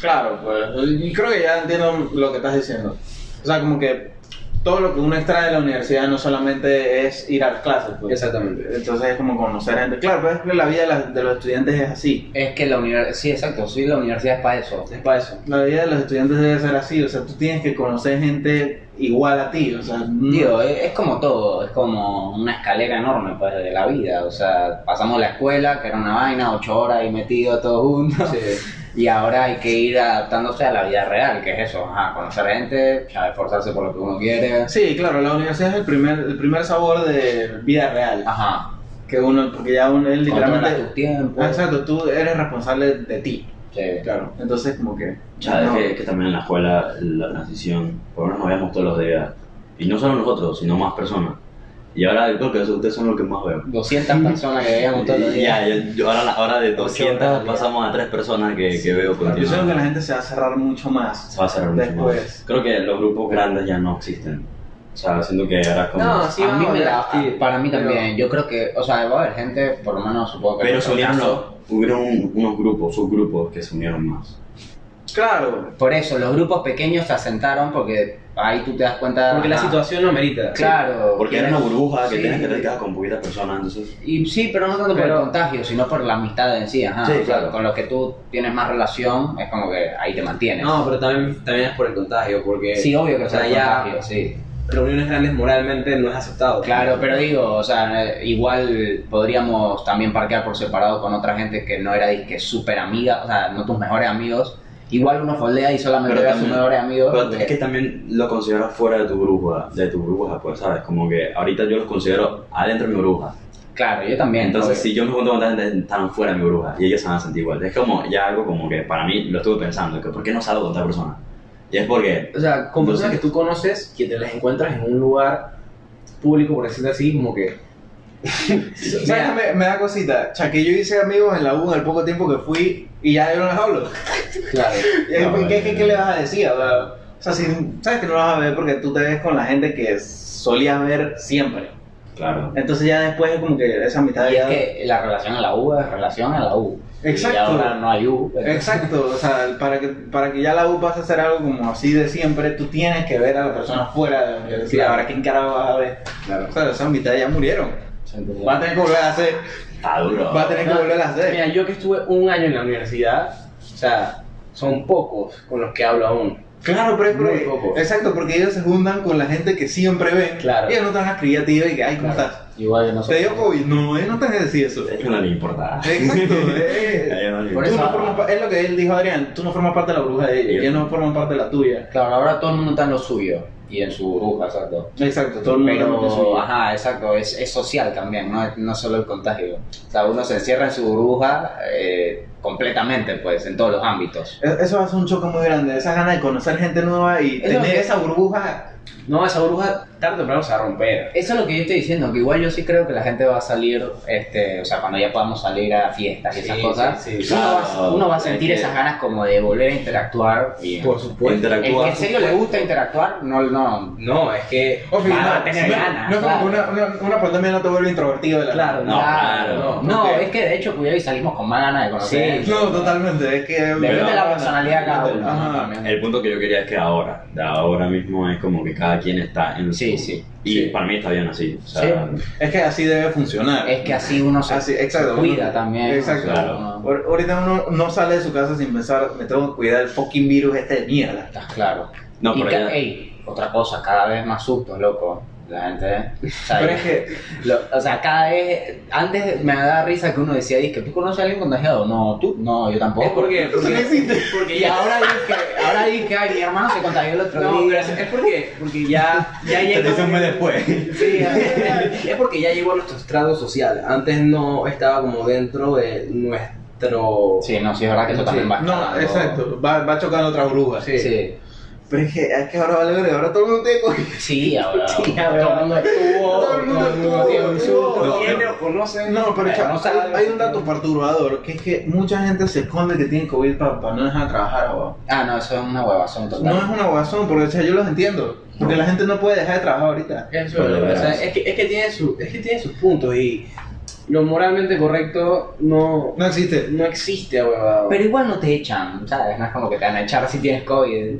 Speaker 1: Claro, pues. Y creo que ya entiendo lo que estás diciendo. O sea, como que todo lo que uno extrae de la universidad no solamente es ir a las clases. Pues.
Speaker 3: Exactamente.
Speaker 1: Entonces es como conocer gente. Claro, pues es que la vida de, la- de los estudiantes es así.
Speaker 2: Es que la universidad, sí, exacto, sí, la universidad es para eso.
Speaker 3: Es para eso.
Speaker 1: La vida de los estudiantes debe ser así. O sea, tú tienes que conocer gente igual a ti. O sea, no-
Speaker 2: Tío, e-, es, es como todo, es como una escalera enorme pues, de la vida. O sea, pasamos la escuela, que era una vaina, ocho horas ahí metido todo junto,
Speaker 3: Sí.
Speaker 2: [LAUGHS] y ahora hay que ir adaptándose a la vida real, que es eso, ajá, conocer gente, a esforzarse por lo que uno quiere.
Speaker 1: Sí, claro, la universidad es el primer, el primer sabor de vida real.
Speaker 2: Ajá,
Speaker 1: Que uno, porque ya uno es
Speaker 2: controlas tu
Speaker 1: literalmente.
Speaker 2: tiempo.
Speaker 1: Ah, exacto, tú eres responsable de ti.
Speaker 2: Sí.
Speaker 1: Claro. Entonces, como que.
Speaker 4: Ya,
Speaker 1: no.
Speaker 4: es que, que también en la escuela la transición, por lo menos nos veíamos todos los días. Y no solo nosotros, sino más personas. Y ahora yo creo que eso- ustedes son los que más veo.
Speaker 2: 200 personas que veíamos todos los
Speaker 4: Y
Speaker 2: días.
Speaker 4: Ya, yo- yo ahora, la- ahora de
Speaker 2: Ocho
Speaker 4: 200
Speaker 2: horas.
Speaker 4: pasamos a 3 personas que, que veo
Speaker 1: Yo siento que
Speaker 4: continuamente.
Speaker 1: la gente se va a cerrar mucho más.
Speaker 4: Se va a cerrar mucho
Speaker 1: Después.
Speaker 4: más. Creo que los grupos grandes ya no existen. O sea, siento que ahora es como...
Speaker 3: No, sí,
Speaker 2: a
Speaker 3: vamos
Speaker 2: mí
Speaker 3: a
Speaker 2: me
Speaker 3: ver,
Speaker 2: la,
Speaker 3: sí,
Speaker 2: para mí
Speaker 3: pero-
Speaker 2: también, yo creo que, o sea, va a haber gente, por lo menos supongo que... en
Speaker 4: Pero se
Speaker 2: nuestro
Speaker 4: unieron
Speaker 2: caso,
Speaker 4: los, hubieron un- unos grupos, subgrupos que se unieron más.
Speaker 1: Claro.
Speaker 2: Por eso, los grupos pequeños se asentaron porque ahí tú te das cuenta...
Speaker 3: Porque la
Speaker 2: ah,
Speaker 3: situación lo merita.
Speaker 2: Claro.
Speaker 4: Porque era
Speaker 2: tienes-
Speaker 4: una burbuja que
Speaker 2: sí.
Speaker 4: tienes que te quedas con poquitas personas, entonces...
Speaker 2: Y sí, pero no tanto por
Speaker 3: Pero-
Speaker 2: el contagio, sino por la amistad en sí, ajá.
Speaker 4: Sí,
Speaker 2: O sea,
Speaker 4: claro.
Speaker 2: con los que tú tienes más relación, es como que ahí te mantienes.
Speaker 3: No, pero también, también es por el contagio, porque
Speaker 2: sí, obvio que
Speaker 3: o
Speaker 2: es por
Speaker 3: sea,
Speaker 2: el
Speaker 3: ya
Speaker 2: contagio, sí.
Speaker 3: reuniones grandes moralmente no es aceptado.
Speaker 2: Claro, pero digo, o sea, eh, igual podríamos también parquear por separado con otra gente que no era disque súper amiga, o sea, no tus mejores amigos. Igual uno foldea y solamente
Speaker 4: Pero
Speaker 2: ve a sus
Speaker 4: también-
Speaker 2: mejores amigos. eh,
Speaker 4: Pero
Speaker 2: porque-
Speaker 4: es que también lo consideras fuera de tu burbuja, de tu burbuja, pues, ¿sabes? Como que ahorita yo los considero adentro de mi burbuja.
Speaker 2: Claro, yo también.
Speaker 4: Entonces,
Speaker 2: obvio.
Speaker 4: si yo me junto con tanta gente, están fuera de mi burbuja y ellos se van a sentir igual. Es como ya algo como que para mí lo estuve pensando, que ¿por qué no salgo con tal persona? Y es porque,
Speaker 3: O sea, con
Speaker 4: No
Speaker 3: personas
Speaker 4: sé.
Speaker 3: que tú conoces, que te las encuentras en un lugar público, por decirlo así, como que
Speaker 1: ¿Sabes qué me, me da cosita? Chaquillo hice amigos en la U en el poco tiempo que fui y ya yo no les hablo.
Speaker 3: Claro.
Speaker 1: Y ahí,
Speaker 4: No,
Speaker 1: pues, ¿qué, qué,
Speaker 4: no.
Speaker 1: qué le vas a decir? O sea, o sea, si, sabes que no vas a ver porque tú te ves con la gente que solías ver siempre.
Speaker 4: Claro.
Speaker 1: Entonces ya después es como que esa mitad
Speaker 2: Y es
Speaker 1: ya...
Speaker 2: que la relación a la U es relación a la U.
Speaker 1: Exacto.
Speaker 2: Y ahora no hay U. pero-
Speaker 1: Exacto, o sea, para que, para que ya la U pase a ser algo como así de siempre, tú tienes que ver a la persona fuera de la universidad.
Speaker 3: Claro.
Speaker 1: Ahora, ¿quién carajo vas a ver?
Speaker 3: Claro.
Speaker 1: O sea, esa mitad ya murieron. Va a tener que volver a hacer.
Speaker 4: Está duro.
Speaker 1: Va a tener que volver a hacer.
Speaker 3: Mira, yo que estuve un año en la universidad, o sea, son pocos con los que hablo aún.
Speaker 1: Claro, pero es
Speaker 3: Muy
Speaker 1: porque-
Speaker 3: poco.
Speaker 1: Exacto, porque ellos se juntan con la gente que siempre ven.
Speaker 3: Claro.
Speaker 1: Y ellos no te van a escribir a ti y que, ay, ¿cómo
Speaker 2: Claro.
Speaker 1: estás?
Speaker 2: Igual que nosotros.
Speaker 1: ¿Te dio COVID? No, ellos no te van a decir eso.
Speaker 2: [LAUGHS]
Speaker 4: A ellos no les importa.
Speaker 1: Exacto,
Speaker 4: A
Speaker 1: eh.
Speaker 4: ellos no les
Speaker 2: Por
Speaker 1: Tú
Speaker 4: importa.
Speaker 2: eso-
Speaker 1: no formas pa- es lo que él dijo Adrián, tú no formas parte de la bruja de ellos, ellos no forman parte de la tuya.
Speaker 2: Claro, ahora todo el mundo está en lo suyo y en su burbuja, exacto.
Speaker 1: Exacto, todo el mundo tiene su-
Speaker 2: Pero, ajá, exacto, es, es social también, no, es- no solo el contagio. O sea, uno se encierra en su burbuja eh, completamente, pues, en todos los ámbitos.
Speaker 1: E- Eso hace un choque muy grande, esas ganas de conocer gente nueva y
Speaker 2: Eso
Speaker 1: tener
Speaker 2: sí.
Speaker 1: esa burbuja.
Speaker 3: No, esa burbuja tarde o temprano se va a romper.
Speaker 2: Eso es lo que yo estoy diciendo, que igual yo sí creo que la gente va a salir, este, o sea, cuando ya podamos salir a fiestas y
Speaker 3: Sí,
Speaker 2: esas cosas,
Speaker 3: sí, sí,
Speaker 2: uno, va,
Speaker 4: claro.
Speaker 2: uno va a sentir
Speaker 4: Es que-
Speaker 2: esas ganas como de volver a interactuar. Y,
Speaker 3: Por supuesto.
Speaker 2: el que en serio le
Speaker 3: supuesto.
Speaker 2: gusta interactuar, no, no.
Speaker 3: No, es que.
Speaker 1: Obvio,
Speaker 2: Va a
Speaker 1: no,
Speaker 2: tener
Speaker 1: no-
Speaker 2: ganas,
Speaker 1: No es como que una,
Speaker 2: claro.
Speaker 1: una, una pandemia no te vuelve introvertido de la
Speaker 3: Claro,
Speaker 4: No,
Speaker 3: no,
Speaker 4: claro.
Speaker 2: No,
Speaker 1: porque-
Speaker 2: es que de hecho, cuidado y salimos con más ganas de conocer.
Speaker 3: Sí,
Speaker 1: No, totalmente, es que...
Speaker 2: Depende de la
Speaker 1: Ajá.
Speaker 2: personalidad de cada uno.
Speaker 1: Ajá.
Speaker 2: también.
Speaker 4: El punto que yo quería es que ahora, de ahora mismo es como que cada quien está en
Speaker 2: Sí,
Speaker 4: su...
Speaker 2: sí.
Speaker 4: Y
Speaker 1: Sí.
Speaker 4: para mí está bien así. O sea,
Speaker 1: Es que así debe funcionar.
Speaker 2: Es que así uno se
Speaker 1: Así, Ah, exacto,
Speaker 2: se cuida
Speaker 1: uno-
Speaker 2: también.
Speaker 1: exacto.
Speaker 2: o sea, uno-
Speaker 1: Ahor- Ahorita uno no sale de su casa sin pensar, me tengo que cuidar del fucking virus este de mierda.
Speaker 2: Estás claro.
Speaker 4: No,
Speaker 2: y
Speaker 4: pero
Speaker 2: ca-
Speaker 4: ya-
Speaker 2: ey, otra cosa, cada vez más sustos, loco. La gente. ¿eh? O sea,
Speaker 1: Pero es que,
Speaker 2: lo- o sea, cada vez. Antes me da risa que uno decía, que ¿tú conoces a alguien contagiado? No, tú. No, yo tampoco.
Speaker 3: Es porque.
Speaker 1: eso no
Speaker 3: porque
Speaker 1: existe.
Speaker 3: porque
Speaker 2: Y
Speaker 3: ya.
Speaker 2: ahora dije, ahora dije, ay, mi hermano se contagió el otro
Speaker 3: No, pero
Speaker 2: día.
Speaker 3: es, es porque, porque ya, ya
Speaker 1: Te
Speaker 3: llegó.
Speaker 1: dice un mes después.
Speaker 3: [LAUGHS] Sí, es porque ya llegó a nuestro estrado social. Antes no estaba como dentro de nuestro.
Speaker 2: Sí, no, sí, es verdad que eso
Speaker 3: Sí.
Speaker 2: también va
Speaker 1: No,
Speaker 2: escalando.
Speaker 1: exacto, va, va chocando otra bruja.
Speaker 3: Sí.
Speaker 2: Sí,
Speaker 1: Pero es que, es que ahora vale verga, ahora todo el mundo tiene COVID. [LAUGHS]
Speaker 2: sí, ahora.
Speaker 3: Sí, ahora.
Speaker 2: todo el mundo estuvo.
Speaker 1: Todo el mundo
Speaker 2: todo
Speaker 1: estuvo,
Speaker 2: tiene un susto.
Speaker 1: estuvo. No,
Speaker 3: ¿Tiene
Speaker 1: no.
Speaker 3: o conoce?
Speaker 1: No, pero
Speaker 2: Eh,
Speaker 1: chaval,
Speaker 2: no sabe.
Speaker 1: hay, hay un dato perturbador, que es que mucha gente se esconde que tiene COVID para no dejar trabajar, weón.
Speaker 2: Ah, no, eso es una huevazón total.
Speaker 1: No es una guasón, porque o sea, yo los entiendo. Porque la gente no puede dejar de trabajar ahorita.
Speaker 3: Eso, o sea, es que, es que tiene su, es que tiene sus puntos y lo moralmente correcto no,
Speaker 1: No existe.
Speaker 3: no existe, huevado.
Speaker 2: Pero igual no te echan, ¿sabes? No es como que te van a echar si tienes COVID.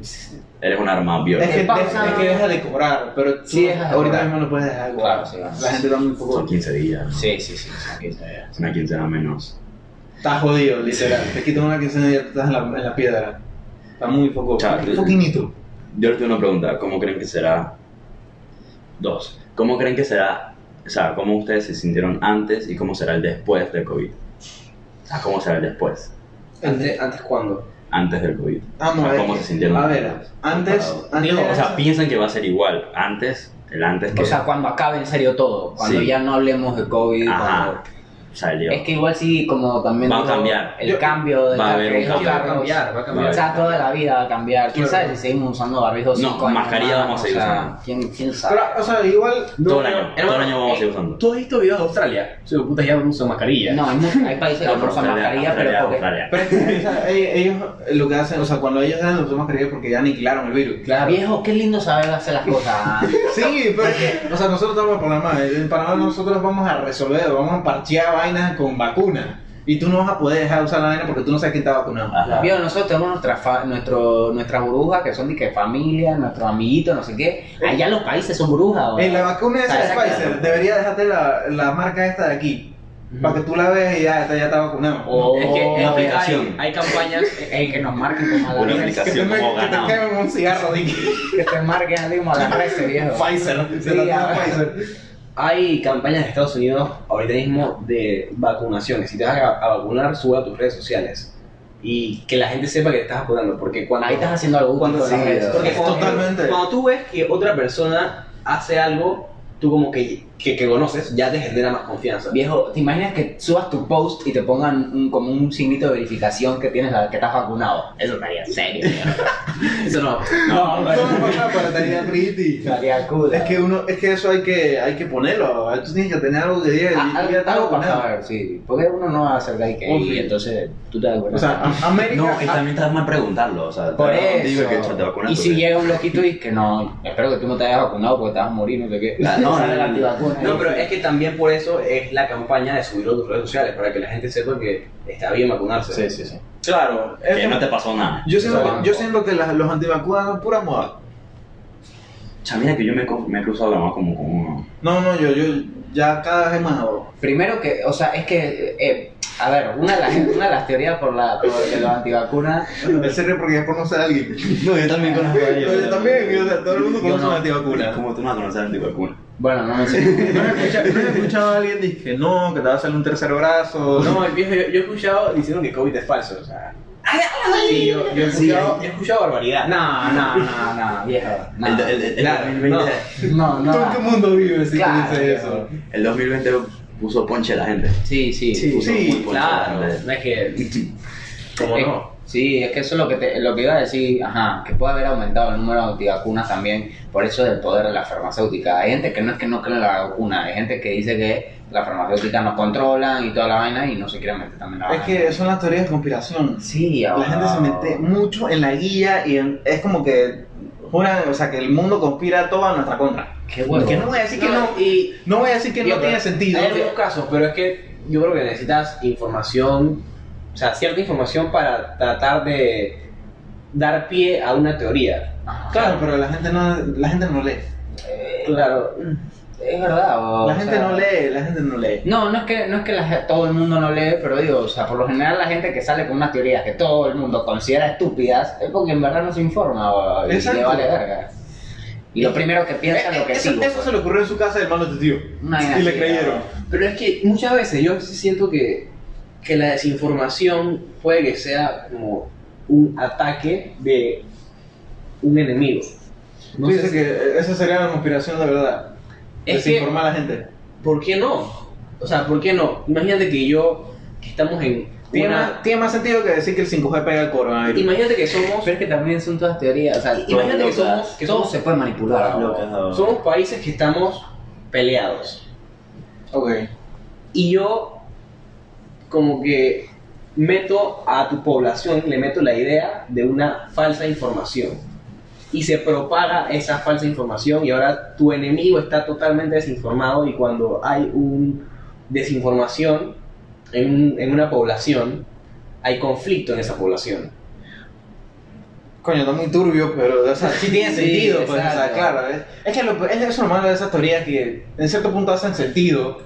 Speaker 4: eres un arma
Speaker 1: Es
Speaker 4: biológica.
Speaker 1: que,
Speaker 2: pasa?
Speaker 1: es que deja de cobrar, pero tú
Speaker 2: Sí, deja de
Speaker 1: ahorita
Speaker 2: cobrar.
Speaker 1: mismo no puedes dejar de
Speaker 2: Claro,
Speaker 1: cobrar.
Speaker 2: sí, claro.
Speaker 1: La gente está muy poco.
Speaker 4: Son 15 días.
Speaker 2: Sí, sí, sí. sí, aquí está ya.
Speaker 4: Es una quincena menos.
Speaker 1: Estás jodido, literal. Te quitan una quincena y ya tú estás en la, en la piedra. Está muy poco.
Speaker 4: Chao.
Speaker 1: Un poquinito.
Speaker 4: Yo les tengo una pregunta. ¿Cómo creen que será? Dos. ¿Cómo creen que será? O sea, ¿cómo ustedes se sintieron antes y cómo será el después del COVID? O sea, ¿cómo será el después?
Speaker 3: antes, antes cuando.
Speaker 4: Antes del COVID.
Speaker 1: Ah, no,
Speaker 4: O sea,
Speaker 1: es
Speaker 4: ¿Cómo
Speaker 1: que-
Speaker 4: se sintieron?
Speaker 1: A ver,
Speaker 4: antes?
Speaker 1: antes.
Speaker 4: Comparado.
Speaker 1: antes
Speaker 4: Digo, o
Speaker 1: era-
Speaker 4: sea, piensan que va a ser igual. Antes, el antes que...
Speaker 2: O sea, cuando acabe en serio todo, cuando
Speaker 4: Sí.
Speaker 2: ya no hablemos de COVID.
Speaker 4: Ajá.
Speaker 2: cuando-
Speaker 4: Salió.
Speaker 2: Es que igual sí, como también...
Speaker 4: Va a
Speaker 2: digo,
Speaker 4: cambiar.
Speaker 2: El
Speaker 1: Yo-
Speaker 2: cambio de
Speaker 4: va a
Speaker 2: la-
Speaker 4: haber un
Speaker 2: los
Speaker 4: cambio.
Speaker 2: carros.
Speaker 3: Va a cambiar, va a cambiar.
Speaker 2: O sea, toda la vida va a cambiar. ¿Quién
Speaker 1: Claro.
Speaker 2: sabe si seguimos usando barbijos
Speaker 4: No,
Speaker 2: cinco años
Speaker 4: mascarilla
Speaker 2: más?
Speaker 4: vamos a seguir
Speaker 2: O sea,
Speaker 4: usando.
Speaker 2: ¿quién, quién sabe?
Speaker 1: pero, o sea, igual.
Speaker 4: Todo el
Speaker 3: No,
Speaker 4: año.
Speaker 3: pero-
Speaker 4: Todo el año vamos a seguir
Speaker 3: eh,
Speaker 4: usando.
Speaker 3: ¿Tú has visto videos de Australia? Sí, putas ya no usan mascarilla.
Speaker 2: No, hay, mu- hay países que no usan
Speaker 4: Australia,
Speaker 2: mascarilla,
Speaker 4: Australia,
Speaker 2: pero porque...
Speaker 4: Australia.
Speaker 1: Pero es que, o sea, e-, ellos, ellos lo que hacen, o sea, cuando ellos hacen los tomas creídos porque ya aniquilaron el virus.
Speaker 3: Claro.
Speaker 2: Viejo, qué lindo saber hacer las cosas.
Speaker 1: Sí, pero es que, o sea, nosotros estamos en Panamá. En Panamá nosotros vamos a resolver, vamos a parchear vainas con vacunas. Y tú no vas a poder dejar de usar la vaina porque tú no sabes quién está vacunado.
Speaker 4: Ajá.
Speaker 2: Viejo, nosotros tenemos nuestra, fa- nuestro, nuestra burbuja que son de que familia, nuestros amiguitos, no sé qué. Allá los países son brujas. ¿o?
Speaker 1: Eh. En Eh, la vacuna esa de
Speaker 2: Exacto.
Speaker 1: Pfizer, debería dejarte la, la marca esta de aquí. Para que tú la veas y ya, esta ya está vacunado.
Speaker 2: O
Speaker 3: Oh. Es que, es que
Speaker 4: Una
Speaker 3: hay-
Speaker 4: aplicación.
Speaker 3: Hay, campañas.
Speaker 2: Ey, eh, que nos marquen como a la
Speaker 4: Una
Speaker 2: res,
Speaker 1: que te,
Speaker 4: aplicación
Speaker 1: me-
Speaker 4: como
Speaker 1: que te
Speaker 4: ganado.
Speaker 1: quemen un cigarro de [LAUGHS] aquí.
Speaker 2: Que te marquen así como a la res, viejo.
Speaker 1: Pfizer. Se
Speaker 2: Sí,
Speaker 1: la toma
Speaker 2: ya.
Speaker 1: Pfizer.
Speaker 3: ah. Hay campañas de Estados Unidos ahorita mismo de vacunaciones. Si te vas a, a vacunar, sube a tus redes sociales. Y que la gente sepa que te estás vacunando. Porque cuando.
Speaker 2: Ahí estás haciendo algo
Speaker 3: Cuando
Speaker 2: con
Speaker 3: sí,
Speaker 2: las redes.
Speaker 3: porque
Speaker 1: Es
Speaker 3: cuando,
Speaker 1: totalmente.
Speaker 3: cuando tú ves que otra persona hace algo, tú como que que, que conoces ya te genera más confianza.
Speaker 2: Viejo, ¿te imaginas que subas tu post y te pongan un- como un signito de verificación que tienes la, que estás vacunado? Eso estaría
Speaker 1: [LAUGHS]
Speaker 2: serio, viejo.
Speaker 3: Eso no.
Speaker 2: No,
Speaker 1: Todo lo pasaba para tener pretty.
Speaker 2: estaría cool.
Speaker 1: Es que uno, es que eso hay que, hay que ponerlo. Tú tienes que tener algo que diga.
Speaker 2: Ah,
Speaker 1: yo ya
Speaker 2: algo-
Speaker 1: estaba
Speaker 2: algo para
Speaker 1: vacunado.
Speaker 2: saber, sí. Porque uno no va a hacer like ahí,
Speaker 1: Obvio.
Speaker 2: y entonces tú te das cuenta.
Speaker 1: O sea, a- América.
Speaker 4: No, y también está mal preguntarlo, o sea,
Speaker 2: por
Speaker 4: te- digo
Speaker 2: eso.
Speaker 4: que "Chao, te vacunas
Speaker 2: y
Speaker 4: tú,
Speaker 2: si
Speaker 4: ¿qué?".
Speaker 2: llega un loquito y dice que no, espero que tú no te hayas vacunado porque te vas a morir, no sé qué.
Speaker 4: Ah,
Speaker 2: [LAUGHS]
Speaker 4: no,
Speaker 2: Sale
Speaker 4: no,
Speaker 2: la
Speaker 4: no.
Speaker 2: antivacuna
Speaker 3: No,
Speaker 2: ahí.
Speaker 3: pero es que también por eso es la campaña de subirlo a tus redes sociales, para que la gente sepa que está bien vacunarse.
Speaker 4: Sí, sí, sí.
Speaker 1: Claro.
Speaker 4: Que
Speaker 1: eso-
Speaker 4: no te pasó nada.
Speaker 1: Yo siento,
Speaker 2: Claro.
Speaker 1: que, yo siento que las- los antivacunas son pura moda.
Speaker 4: Cha, mira que yo me, co- me he cruzado la mano como con uno.
Speaker 1: No, no, yo, yo ya cada vez más ahora.
Speaker 2: Primero que, o sea, es que, eh, a ver, una de las, una de las teorías por la por de los antivacunas,
Speaker 1: Él se ríe porque ya conoce a alguien.
Speaker 4: No,
Speaker 1: [LAUGHS]
Speaker 4: yo también conozco a
Speaker 1: Pero yo también, yo, o sea, todo el mundo
Speaker 2: Yo
Speaker 1: conoce
Speaker 2: no.
Speaker 1: un antivacuna.
Speaker 4: ¿Cómo tú no vas a conocer antivacuna?
Speaker 2: bueno, no me sé.
Speaker 1: No he escuchado, no he escuchado a alguien decir que no, que te va a salir un tercer brazo.
Speaker 3: No, el viejo, yo, yo he escuchado diciendo que COVID es falso, o sea. Sí, eh. yo, yo he
Speaker 2: Sí,
Speaker 3: escuchado, yo he escuchado barbaridad.
Speaker 2: No, no, no, no, viejo. No,
Speaker 4: El, el- el- el
Speaker 3: Claro,
Speaker 4: 2020,
Speaker 2: no. no
Speaker 1: ¿Tú en
Speaker 2: va.
Speaker 1: qué mundo vives si
Speaker 2: Claro,
Speaker 1: tú dices eso?
Speaker 2: viejo.
Speaker 4: el 2020 puso ponche a la gente.
Speaker 2: Sí, sí.
Speaker 1: Sí,
Speaker 4: Puso muy ponche a
Speaker 3: Claro,
Speaker 4: la gente.
Speaker 3: no es que. ¿Cómo
Speaker 2: Es-
Speaker 3: no?
Speaker 2: Eh, Sí, es que eso es lo que, te- lo que iba a decir, ajá, que puede haber aumentado el número de antivacunas también por eso del poder de la farmacéutica. Hay gente que no es que no cree en la vacuna, hay gente que dice que la farmacéutica nos controlan y toda la vaina y no se quieren meter también la
Speaker 1: Es que son las teorías de conspiración.
Speaker 2: sí,
Speaker 1: La
Speaker 3: Ah.
Speaker 2: ahora-
Speaker 1: gente se mete mucho en la guía y en- es como que juran, o sea, que el mundo conspira todo a nuestra contra.
Speaker 2: Qué bueno.
Speaker 1: Que no voy a decir que no,
Speaker 3: y
Speaker 1: no voy a decir que
Speaker 3: Yo,
Speaker 1: no
Speaker 3: pero
Speaker 1: tiene sentido.
Speaker 3: Hay algunos casos, pero es que yo creo que necesitas información, o sea, cierta información para tratar de dar pie a una teoría.
Speaker 2: Ajá.
Speaker 1: Claro, pero la gente no, la gente no lee.
Speaker 2: Eh,
Speaker 3: Claro.
Speaker 2: Es verdad. o-
Speaker 1: La
Speaker 2: o
Speaker 1: gente
Speaker 2: sea-
Speaker 1: no lee, la gente no lee.
Speaker 2: No, no es que, no es que la- todo el mundo no lee, pero digo, o sea, por lo general la gente que sale con unas teorías que todo el mundo considera estúpidas es porque en verdad no se informa o, y
Speaker 1: Exacto. Eh,
Speaker 2: le vale verga. Y lo primero que piensan lo que pues.
Speaker 1: eso,
Speaker 2: sí.
Speaker 1: eso se le ocurrió en su casa del hermano de tu tío.
Speaker 2: Una vaina
Speaker 1: Y le
Speaker 2: así,
Speaker 1: creyeron.
Speaker 3: Pero es que muchas veces yo sí siento que, que la desinformación puede que sea como un ataque de un enemigo. No
Speaker 1: Tú
Speaker 3: sé
Speaker 1: dices
Speaker 3: si-
Speaker 1: que esa sería la conspiración de verdad.
Speaker 3: Es que-
Speaker 1: Desinformar a la gente.
Speaker 3: ¿Por qué no? O sea, ¿por qué no? Imagínate que yo, que estamos en
Speaker 1: Tiene,
Speaker 3: una-
Speaker 1: más, tiene más sentido que decir que el 5G pega el coronavirus.
Speaker 3: Imagínate que somos...
Speaker 2: Pero es que también son todas teorías, o sea,
Speaker 3: Imagínate que
Speaker 4: Todas locas.
Speaker 3: somos, que
Speaker 2: todo
Speaker 3: somos
Speaker 2: se puede manipular.
Speaker 4: Todas
Speaker 2: ¿no?
Speaker 4: locas, ¿no?
Speaker 3: Somos países que estamos peleados.
Speaker 1: Ok.
Speaker 3: Y yo, como que meto a tu población, le meto la idea de una falsa información. Y se propaga esa falsa información y ahora tu enemigo está totalmente desinformado y cuando hay un desinformación en, un- en una población, hay conflicto en esa población.
Speaker 1: Coño, está muy turbio, pero o sea, sí tiene
Speaker 2: Sí,
Speaker 1: sentido, pues, o sea,
Speaker 2: exacto.
Speaker 1: claro. Es, es que lo, es eso lo malo de esas teorías que en cierto punto hacen sentido,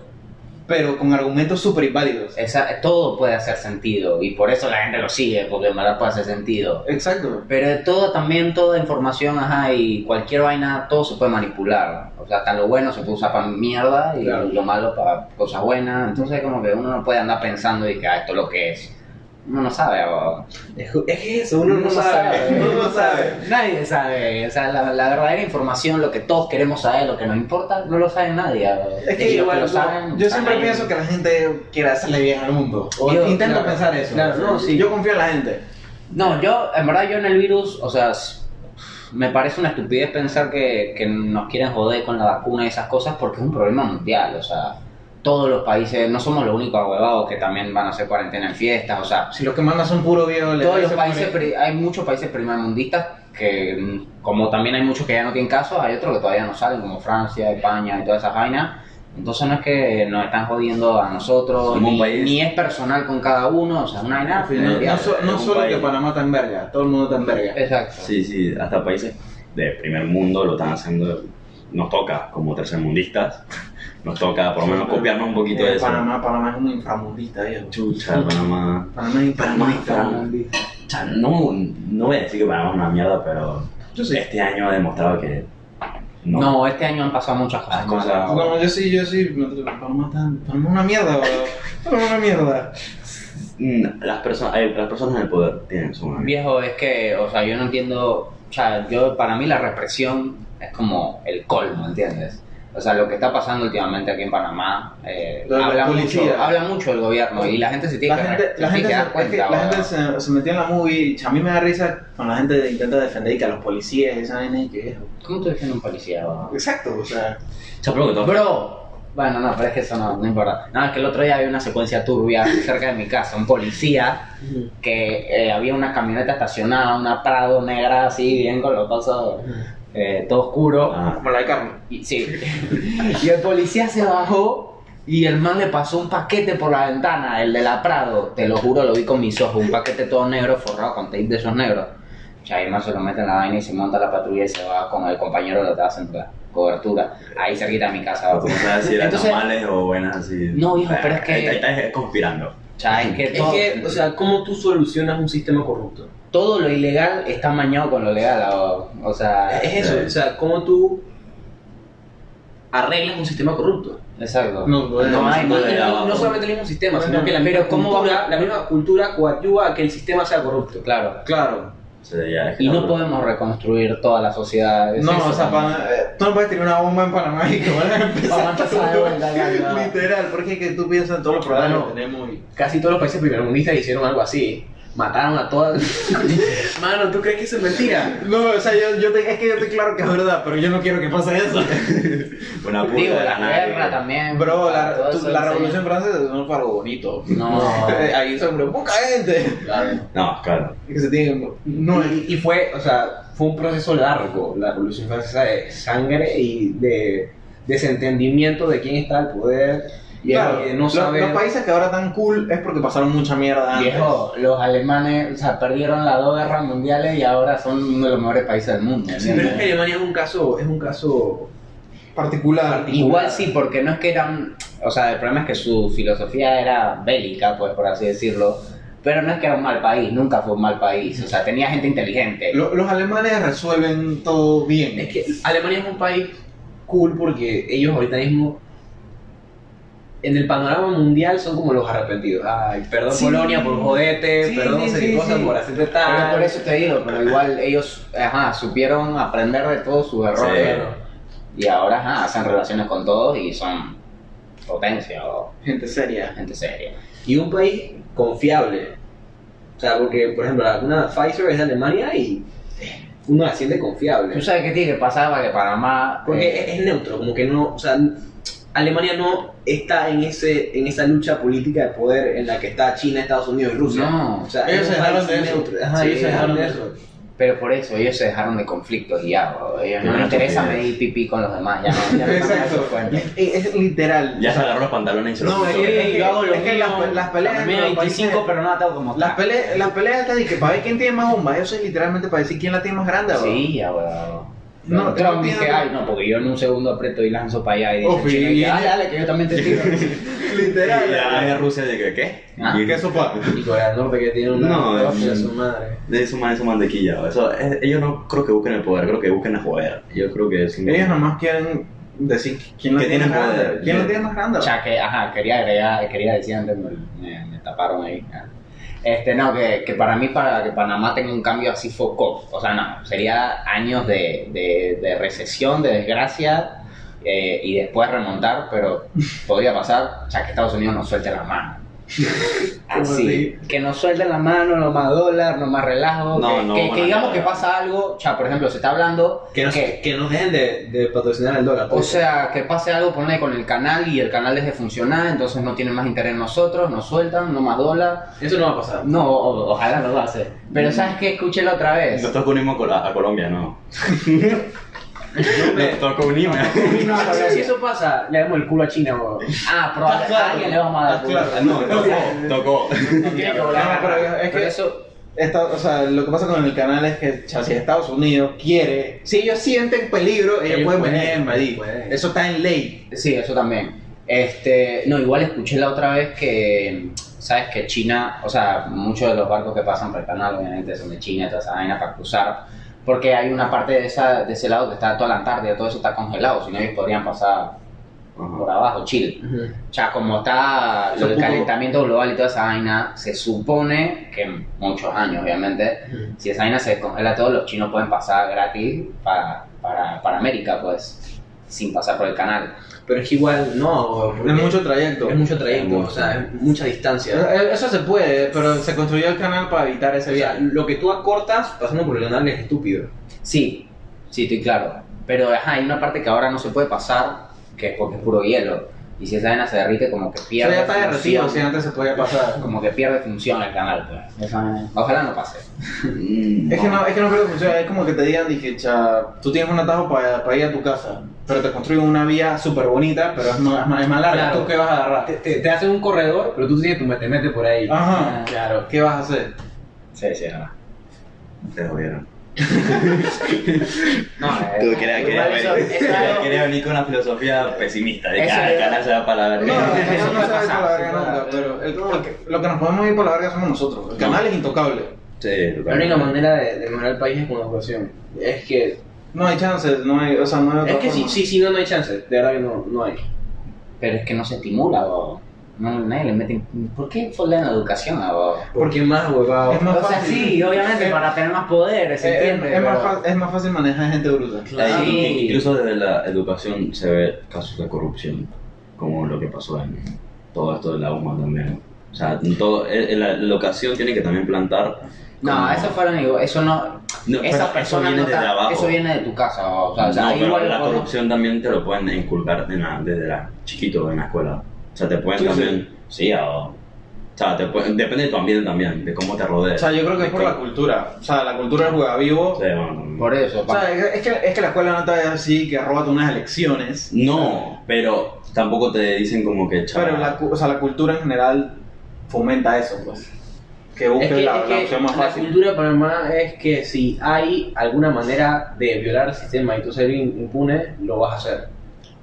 Speaker 1: pero con argumentos súper inválidos.
Speaker 2: Esa- todo puede hacer sentido y por eso la gente lo sigue, porque en verdad puede hacer sentido.
Speaker 1: Exacto.
Speaker 2: Pero de todo también, toda información, ajá, y cualquier vaina, todo se puede manipular. O sea, hasta lo bueno se puede usar para mierda y
Speaker 3: Claro.
Speaker 2: lo malo para cosas buenas. Entonces, como que uno no puede andar pensando y que ah, esto es lo que es. Uno no sabe, o-
Speaker 3: Es que eso, uno no sabe.
Speaker 1: [LAUGHS] Uno no sabe.
Speaker 2: Nadie sabe. O sea, la, la verdadera información, lo que todos queremos saber, lo que nos importa, no lo sabe nadie. o-
Speaker 1: Es que
Speaker 2: y los
Speaker 1: igual,
Speaker 2: lo
Speaker 1: no,
Speaker 2: saben,
Speaker 1: yo siempre
Speaker 2: saben.
Speaker 1: pienso que la gente quiere hacerle bien al mundo. O
Speaker 2: Yo,
Speaker 1: intento
Speaker 2: claro,
Speaker 1: pensar eso.
Speaker 2: claro, no, sí.
Speaker 1: Yo confío en la gente.
Speaker 2: No, yo, en verdad, yo en el virus, o sea, s- me parece una estupidez pensar que, que nos quieren joder con la vacuna y esas cosas porque es un problema mundial, o sea, todos los países, no somos los únicos ahuevados que también van a hacer cuarentena en fiestas, o sea,
Speaker 1: Si los que mandan son puro viejo, le
Speaker 2: todos los
Speaker 1: dicen,
Speaker 2: países,
Speaker 1: "Mire,
Speaker 2: pri- hay muchos países primermundistas que, mm, como también hay muchos que ya no tienen casos, hay otros que todavía no salen, como Francia, España y todas esas vainas. Entonces no es que nos están jodiendo a nosotros,
Speaker 4: Somos un
Speaker 2: ni,
Speaker 4: país.
Speaker 2: ni es personal con cada uno, o sea, es una vaina.
Speaker 1: al final,
Speaker 2: mundial.
Speaker 1: No, so- no
Speaker 4: un
Speaker 1: solo
Speaker 4: país.
Speaker 1: que Panamá está en verga, todo el mundo está en verga.
Speaker 2: Exacto.
Speaker 4: Sí, sí, hasta países de primer mundo lo están haciendo. Nos toca, como tercermundistas, nos toca por lo menos copiarnos un poquito de
Speaker 1: Eh,
Speaker 4: eso.
Speaker 1: Panamá, Panamá es un inframundista, viejo.
Speaker 4: Chucha, Panamá.
Speaker 1: Panamá es inframundista.
Speaker 4: inframundista. Cha, no, no voy a decir que Panamá es una mierda, pero
Speaker 1: Yo sí.
Speaker 4: este año ha demostrado que.
Speaker 2: No. este año han pasado muchas cosas.
Speaker 1: Ah,
Speaker 4: Las cosas-
Speaker 2: malas.
Speaker 1: No, yo sí, yo sí. Panamá está- Panamá es una mierda, bro. Panamá es una mierda.
Speaker 4: Mm, Las personas, eh, las personas en el poder tienen su mano.
Speaker 2: Viejo, es que, o sea, yo no entiendo. O sea, yo, para mí la represión es como el colmo, ¿entiendes? O sea, lo que está pasando últimamente aquí en Panamá eh,
Speaker 1: Lo de la
Speaker 2: habla, mucho,
Speaker 1: policía.
Speaker 2: habla mucho del gobierno y la gente se tiene
Speaker 1: la
Speaker 2: que,
Speaker 1: gente,
Speaker 2: re-
Speaker 1: la
Speaker 2: se tiene
Speaker 1: gente, se,
Speaker 2: que dar
Speaker 1: es que
Speaker 2: cuenta.
Speaker 1: la
Speaker 2: weón.
Speaker 1: gente se, se metió en la movie y a mí me da risa cuando la gente intenta defender y que a los policías y esa vaina y que
Speaker 2: ¿Cómo tú defiendes un policía? weón?
Speaker 1: Exacto, o sea.
Speaker 4: Chapo, que todo-
Speaker 2: Bro. Bueno, no, pero es que eso no, no importa. Nada, es que el otro día había una secuencia turbia cerca de mi casa. Un policía que eh, había una camioneta estacionada, una Prado negra así, bien con los pasos eh, todo oscuro.
Speaker 4: Ah,
Speaker 1: Como la de Carmen.
Speaker 2: Y, sí. [LAUGHS] y el policía se bajó y el man le pasó un paquete por la ventana, el de la Prado. Te lo juro, lo vi con mis ojos. Un paquete todo negro forrado con tape de esos negros. O sea, el man se lo mete en la vaina y se monta la patrulla y se va con el compañero de la tasa en la cobertura. Ahí cerquita de mi casa.
Speaker 4: tú no sabes si eran
Speaker 2: Entonces-
Speaker 4: normales o buenas así.
Speaker 2: No, hijo,
Speaker 4: Eh,
Speaker 2: pero es que-
Speaker 4: ahí- ahí estás conspirando.
Speaker 2: O sea, es que
Speaker 3: Es
Speaker 2: todo,
Speaker 3: que, o sea, ¿cómo tú solucionas un sistema corrupto?
Speaker 2: todo lo ilegal está mañado con lo legal. O, o sea,
Speaker 3: Es eso,
Speaker 4: Sí.
Speaker 3: o sea, ¿cómo tú arreglas un sistema corrupto?
Speaker 2: exacto.
Speaker 1: No, bueno,
Speaker 2: no eh. hay
Speaker 4: no
Speaker 3: No,
Speaker 4: era,
Speaker 2: manera.
Speaker 3: no- no
Speaker 4: vamos.
Speaker 3: solamente el mismo sistema,
Speaker 1: Bueno,
Speaker 3: sino que la misma,
Speaker 2: pero ¿cómo
Speaker 3: cultura,
Speaker 2: vamos?
Speaker 3: la misma cultura coadyuva a que el sistema sea corrupto.
Speaker 2: Claro.
Speaker 1: Claro.
Speaker 4: Sí, ya, es que
Speaker 2: Y no
Speaker 4: no-
Speaker 2: podemos reconstruir toda la sociedad. es
Speaker 1: No,
Speaker 2: eso
Speaker 1: o sea,
Speaker 2: también.
Speaker 1: pana, eh, tú no puedes tirar una bomba en Panamá y que van a
Speaker 2: [LAUGHS] Vamos a
Speaker 1: empezar
Speaker 2: empezar de [LAUGHS] vuelta, ya, ya.
Speaker 1: Literal, porque es que tú piensas en todos los problemas
Speaker 3: Bueno.
Speaker 1: que tenemos y.
Speaker 3: Casi todos los países primermundistas hicieron algo así. Mataron a [LAUGHS] todas. Mano, ¿tú crees que eso es mentira?
Speaker 1: No, o sea, yo, yo te- es que yo estoy claro que es verdad, pero yo no quiero que pase
Speaker 2: [LAUGHS]
Speaker 1: eso.
Speaker 4: Una puta
Speaker 2: Digo,
Speaker 4: de
Speaker 2: la
Speaker 4: nada
Speaker 2: guerra
Speaker 4: que-
Speaker 2: también.
Speaker 1: Bro, la,
Speaker 2: todo
Speaker 1: tú-
Speaker 2: eso,
Speaker 1: la
Speaker 2: sí.
Speaker 1: revolución francesa no fue algo bonito. [LAUGHS]
Speaker 2: No.
Speaker 1: Ahí se murió poca gente.
Speaker 3: Claro.
Speaker 4: No, claro.
Speaker 1: Que se tiene. No,
Speaker 3: y, y fue, o sea, fue un proceso largo, la Revolución Francesa, de sangre y de desentendimiento de quién está al poder. Y
Speaker 1: claro,
Speaker 3: de no
Speaker 1: lo-
Speaker 3: saber.
Speaker 1: los países que ahora están cool es porque pasaron mucha mierda antes.
Speaker 2: Viejo, los alemanes, o sea, perdieron las dos guerras mundiales y ahora son uno de los mejores países del mundo.
Speaker 3: Sí, pero es que
Speaker 2: ¿entiendes?
Speaker 3: Alemania es un caso, es un caso
Speaker 1: Particular.
Speaker 2: Igual sí, porque no es que eran, o sea, el problema es que su filosofía era bélica, pues por así decirlo, pero no es que era un mal país, nunca fue un mal país, o sea, tenía gente inteligente.
Speaker 1: Lo- los alemanes resuelven todo bien.
Speaker 3: Es que Alemania es un país cool porque ellos ahorita mismo en el panorama mundial son como los arrepentidos. Ay, perdón
Speaker 1: Sí.
Speaker 3: Polonia por joderte,
Speaker 1: Sí,
Speaker 3: perdón
Speaker 1: sí,
Speaker 3: no sé qué
Speaker 1: sí,
Speaker 3: cosa
Speaker 1: sí.
Speaker 3: por hacerte tal.
Speaker 2: Pero por eso te digo, pero igual ellos, ajá, supieron aprender de todos sus errores.
Speaker 3: Claro.
Speaker 2: Y ahora ajá, hacen relaciones con todos y son potencia o
Speaker 1: Gente seria.
Speaker 2: gente seria.
Speaker 3: Y un país confiable. O sea, porque por ejemplo la vacuna Pfizer es de Alemania y uno la siente confiable.
Speaker 2: ¿Tú sabes qué tiene que pasar para que Panamá...
Speaker 3: Porque
Speaker 2: eh,
Speaker 3: es, es neutro, como que no, o sea, Alemania no está en ese en esa lucha política de poder en la que está China, Estados Unidos y Rusia.
Speaker 2: No.
Speaker 3: o sea,
Speaker 1: Ellos
Speaker 3: es un
Speaker 1: se dejaron
Speaker 3: país
Speaker 1: de eso.
Speaker 3: neutro. Ajá,
Speaker 1: Sí,
Speaker 3: ellos se dejaron de
Speaker 1: eso.
Speaker 3: eso.
Speaker 2: pero por eso ellos se dejaron de conflictos y ya, bro. ellos no
Speaker 4: Pero
Speaker 2: les interesa
Speaker 4: no tiene-
Speaker 2: medir pipí con los demás, ya no. ya no están en
Speaker 1: Exacto.
Speaker 2: esos cuentos.
Speaker 1: Es, es literal.
Speaker 4: Ya se agarró los pantalones y se los
Speaker 1: No,
Speaker 4: puso.
Speaker 1: es que-
Speaker 2: Yo hago lo
Speaker 1: es que
Speaker 2: mío,
Speaker 1: las- las peleas
Speaker 2: a mí me
Speaker 1: con los
Speaker 2: 25,
Speaker 1: países-
Speaker 2: pero no atado como
Speaker 1: Las peleas, las peleas estas de que para ver quién tiene más bombas, eso es literalmente para decir quién la tiene más grande. bro.
Speaker 2: Sí, ya, bro.
Speaker 1: No,
Speaker 2: No,
Speaker 1: pero
Speaker 2: Trump dice,
Speaker 1: tiene-
Speaker 2: ay, no, porque yo en un segundo aprieto y lanzo para allá y dice,
Speaker 1: Ofi,
Speaker 2: "Chino", y
Speaker 1: y-
Speaker 2: dice, "Ah, dale, que yo
Speaker 1: [LAUGHS]
Speaker 2: también te tiro.
Speaker 1: [LAUGHS] Literal.
Speaker 4: Y la de Rusia de que, ¿qué?
Speaker 2: Ah.
Speaker 4: Y
Speaker 1: ¿Qué sopa?
Speaker 3: Y Corea del Norte que tiene una
Speaker 4: No, es-
Speaker 3: hostia, su madre.
Speaker 4: De eso man, eso mantequilla. o Eso, es- ellos no creo que busquen el poder, creo que busquen a joder. Yo creo que es un...
Speaker 1: Ellos nomás quieren decir quién la
Speaker 4: Que
Speaker 1: tiene
Speaker 4: tienen
Speaker 1: más grande.
Speaker 4: poder.
Speaker 1: ¿Quién la tiene más grande?
Speaker 2: O
Speaker 1: bro?
Speaker 2: sea, que, ajá, quería agregar, quería decir antes, me, me- me taparon ahí. ah. Este, no, que, que para mí, para que Panamá tenga un cambio así foco, o sea, no, sería años de, de- de recesión, de desgracia, eh, y después remontar,
Speaker 4: [LAUGHS]
Speaker 2: pero podría pasar, o sea, que Estados Unidos nos suelte la mano. Así, que nos suelten la mano, no más dólar, no más relajo,
Speaker 4: No,
Speaker 2: que,
Speaker 4: no,
Speaker 2: que- que
Speaker 4: bueno,
Speaker 2: digamos
Speaker 4: no.
Speaker 2: que pasa algo, o sea, por ejemplo, se está hablando
Speaker 3: Que nos,
Speaker 2: que-
Speaker 3: que nos dejen de, de patrocinar el dólar.
Speaker 2: o
Speaker 3: pues.
Speaker 2: sea, que pase algo, ponle con el canal y el canal deje de funcionar, entonces no tienen más interés en nosotros, nos sueltan, no más dólar.
Speaker 3: eso no va a pasar.
Speaker 2: No, o- ojalá no lo hace. Pero ¿sabes qué? Escúchelo otra vez.
Speaker 4: Nosotros unimos con la- a Colombia, no. Nosotros unimos.
Speaker 3: [LAUGHS] O sea, si eso pasa, le damos el culo a China, bro.
Speaker 2: Ah, probablemente a alguien le vamos a dar
Speaker 1: Está claro.
Speaker 2: culo.
Speaker 4: No, tocó, tocó.
Speaker 2: No tiene que volar.
Speaker 1: No, pero es que-
Speaker 2: Por eso,
Speaker 1: Esta- o sea, lo que pasa con el canal es que o sea, si Estados Unidos quiere, si ellos sienten peligro, ellos,
Speaker 3: Ellos
Speaker 1: pueden
Speaker 3: pueden,
Speaker 1: venir a invadir.
Speaker 3: pueden.
Speaker 1: Eso está en ley.
Speaker 2: sí, eso también. Este, no, igual escuché la otra vez que, ¿sabes? Que China, o sea, muchos de los barcos que pasan por el canal, obviamente, son de China, toda esa vaina para cruzar. Porque hay una parte de, esa, de ese lado que está toda la Antártida, todo eso está congelado, si no ellos podrían pasar por
Speaker 4: Ajá.
Speaker 2: abajo, Chile. O sea, como está lo del calentamiento global y toda esa vaina, se supone que en muchos años, obviamente, si esa vaina se descongela todo, los chinos pueden pasar gratis para, para, para América, pues. sin pasar por el canal.
Speaker 3: Pero es que igual no. porque
Speaker 1: Es mucho trayecto.
Speaker 3: es mucho trayecto,
Speaker 4: Mucho.
Speaker 3: o sea, es mucha distancia.
Speaker 1: Eh, Eso se puede, pero se construyó el canal para evitar ese
Speaker 3: O sea,
Speaker 1: viaje.
Speaker 3: lo que tú acortas pasando por el canal es estúpido.
Speaker 2: Sí, sí, estoy claro. Pero ajá, hay una parte que ahora no se puede pasar, que es porque es puro hielo. Y si esa arena se derrite, como que
Speaker 1: Eso
Speaker 2: pierde.
Speaker 1: ya está derretido, si
Speaker 2: función,
Speaker 1: antes se podía pasar.
Speaker 2: Como que pierde función el canal. pues. Esa- Ojalá no pase.
Speaker 1: Es que no, es que no creo que funcione, es como que te digan, dije, cha, tú tienes un atajo para ir a tu casa, pero te construyen una vía súper bonita, pero es más, es más- es más larga,
Speaker 3: Claro.
Speaker 1: ¿tú qué vas a agarrar?
Speaker 3: Te, te- te hacen un corredor, pero tú tienes tu mete mete por ahí.
Speaker 1: Ajá,
Speaker 3: Claro.
Speaker 1: ¿qué vas a hacer?
Speaker 2: Sí, sí, no.
Speaker 4: Ustedes jodieron.
Speaker 2: No, eh,
Speaker 4: Tú querías, querías
Speaker 2: igual eso-
Speaker 4: venir,
Speaker 2: eso-
Speaker 4: querías venir con una filosofía pesimista de que
Speaker 2: Eso
Speaker 4: ah, el
Speaker 2: era-
Speaker 4: canal se va para la
Speaker 1: No,
Speaker 4: verga.
Speaker 1: [LAUGHS] el canal
Speaker 2: eso
Speaker 1: no
Speaker 2: puede
Speaker 1: se va a ir por
Speaker 2: pasar,
Speaker 1: la verga
Speaker 2: sí,
Speaker 1: nunca,
Speaker 2: claro.
Speaker 1: pero el- lo que- lo que nos podemos ir por la verga somos nosotros, el canal es intocable.
Speaker 4: Sí, tu
Speaker 3: La única
Speaker 4: canal.
Speaker 3: manera de, de mejorar el país es con educación. Es que.
Speaker 1: No hay chances, no hay, o sea, no hay otra
Speaker 3: Es que sí,
Speaker 1: forma.
Speaker 3: sí, sí, no, no hay chance. De verdad que no, no hay.
Speaker 2: Pero es que no se estimula, bo. No, nadie le mete. ¿Por qué fue en educación, bo?
Speaker 3: Porque más huevado.
Speaker 1: Es más
Speaker 2: O sea,
Speaker 1: fácil. Eh,
Speaker 2: sí, obviamente,
Speaker 1: Es-
Speaker 2: para tener más poder,
Speaker 1: es-
Speaker 2: se
Speaker 1: es-
Speaker 2: entiende.
Speaker 1: es más
Speaker 2: pero-
Speaker 1: fa- es más fácil manejar gente bruta.
Speaker 4: Ahí,
Speaker 2: Sí.
Speaker 4: Incluso desde la educación se ve casos de corrupción, como lo que pasó en todo esto de la UMA también. O sea, en todo, en- en la educación tiene que también plantar.
Speaker 2: No,
Speaker 4: como-
Speaker 2: eso fueron igual- eso no,
Speaker 4: No, pero
Speaker 2: esas personas
Speaker 4: eso viene
Speaker 2: no
Speaker 4: desde
Speaker 2: está-
Speaker 4: abajo.
Speaker 2: eso viene de tu casa, bo. o sea, o sea,
Speaker 4: no, pero
Speaker 2: igual
Speaker 4: la
Speaker 2: lo-
Speaker 4: corrupción también te lo pueden inculcar en la- desde la, chiquito en la escuela. O sea, te pueden
Speaker 3: Sí, sí.
Speaker 4: también. Sí, o, o sea, te pueden- depende de tu ambiente también, de cómo te
Speaker 1: O
Speaker 4: rodees.
Speaker 1: sea, yo creo que es por la cultura, o sea, la cultura del jugavivo,
Speaker 4: Sí, bueno,
Speaker 2: por eso,
Speaker 1: O sea, es que, es que la escuela no te va a decir que róbate unas elecciones.
Speaker 4: no, pero tampoco te dicen como que chaval.
Speaker 1: Pero la, cu- o sea, la cultura en general fomenta eso, pues. Que busques
Speaker 3: Es que,
Speaker 1: la,
Speaker 3: es
Speaker 1: la
Speaker 3: que
Speaker 1: opción más
Speaker 3: la
Speaker 1: fácil.
Speaker 3: cultura de Panamá es que si hay alguna manera de violar el sistema y tú ser impune, lo vas a hacer.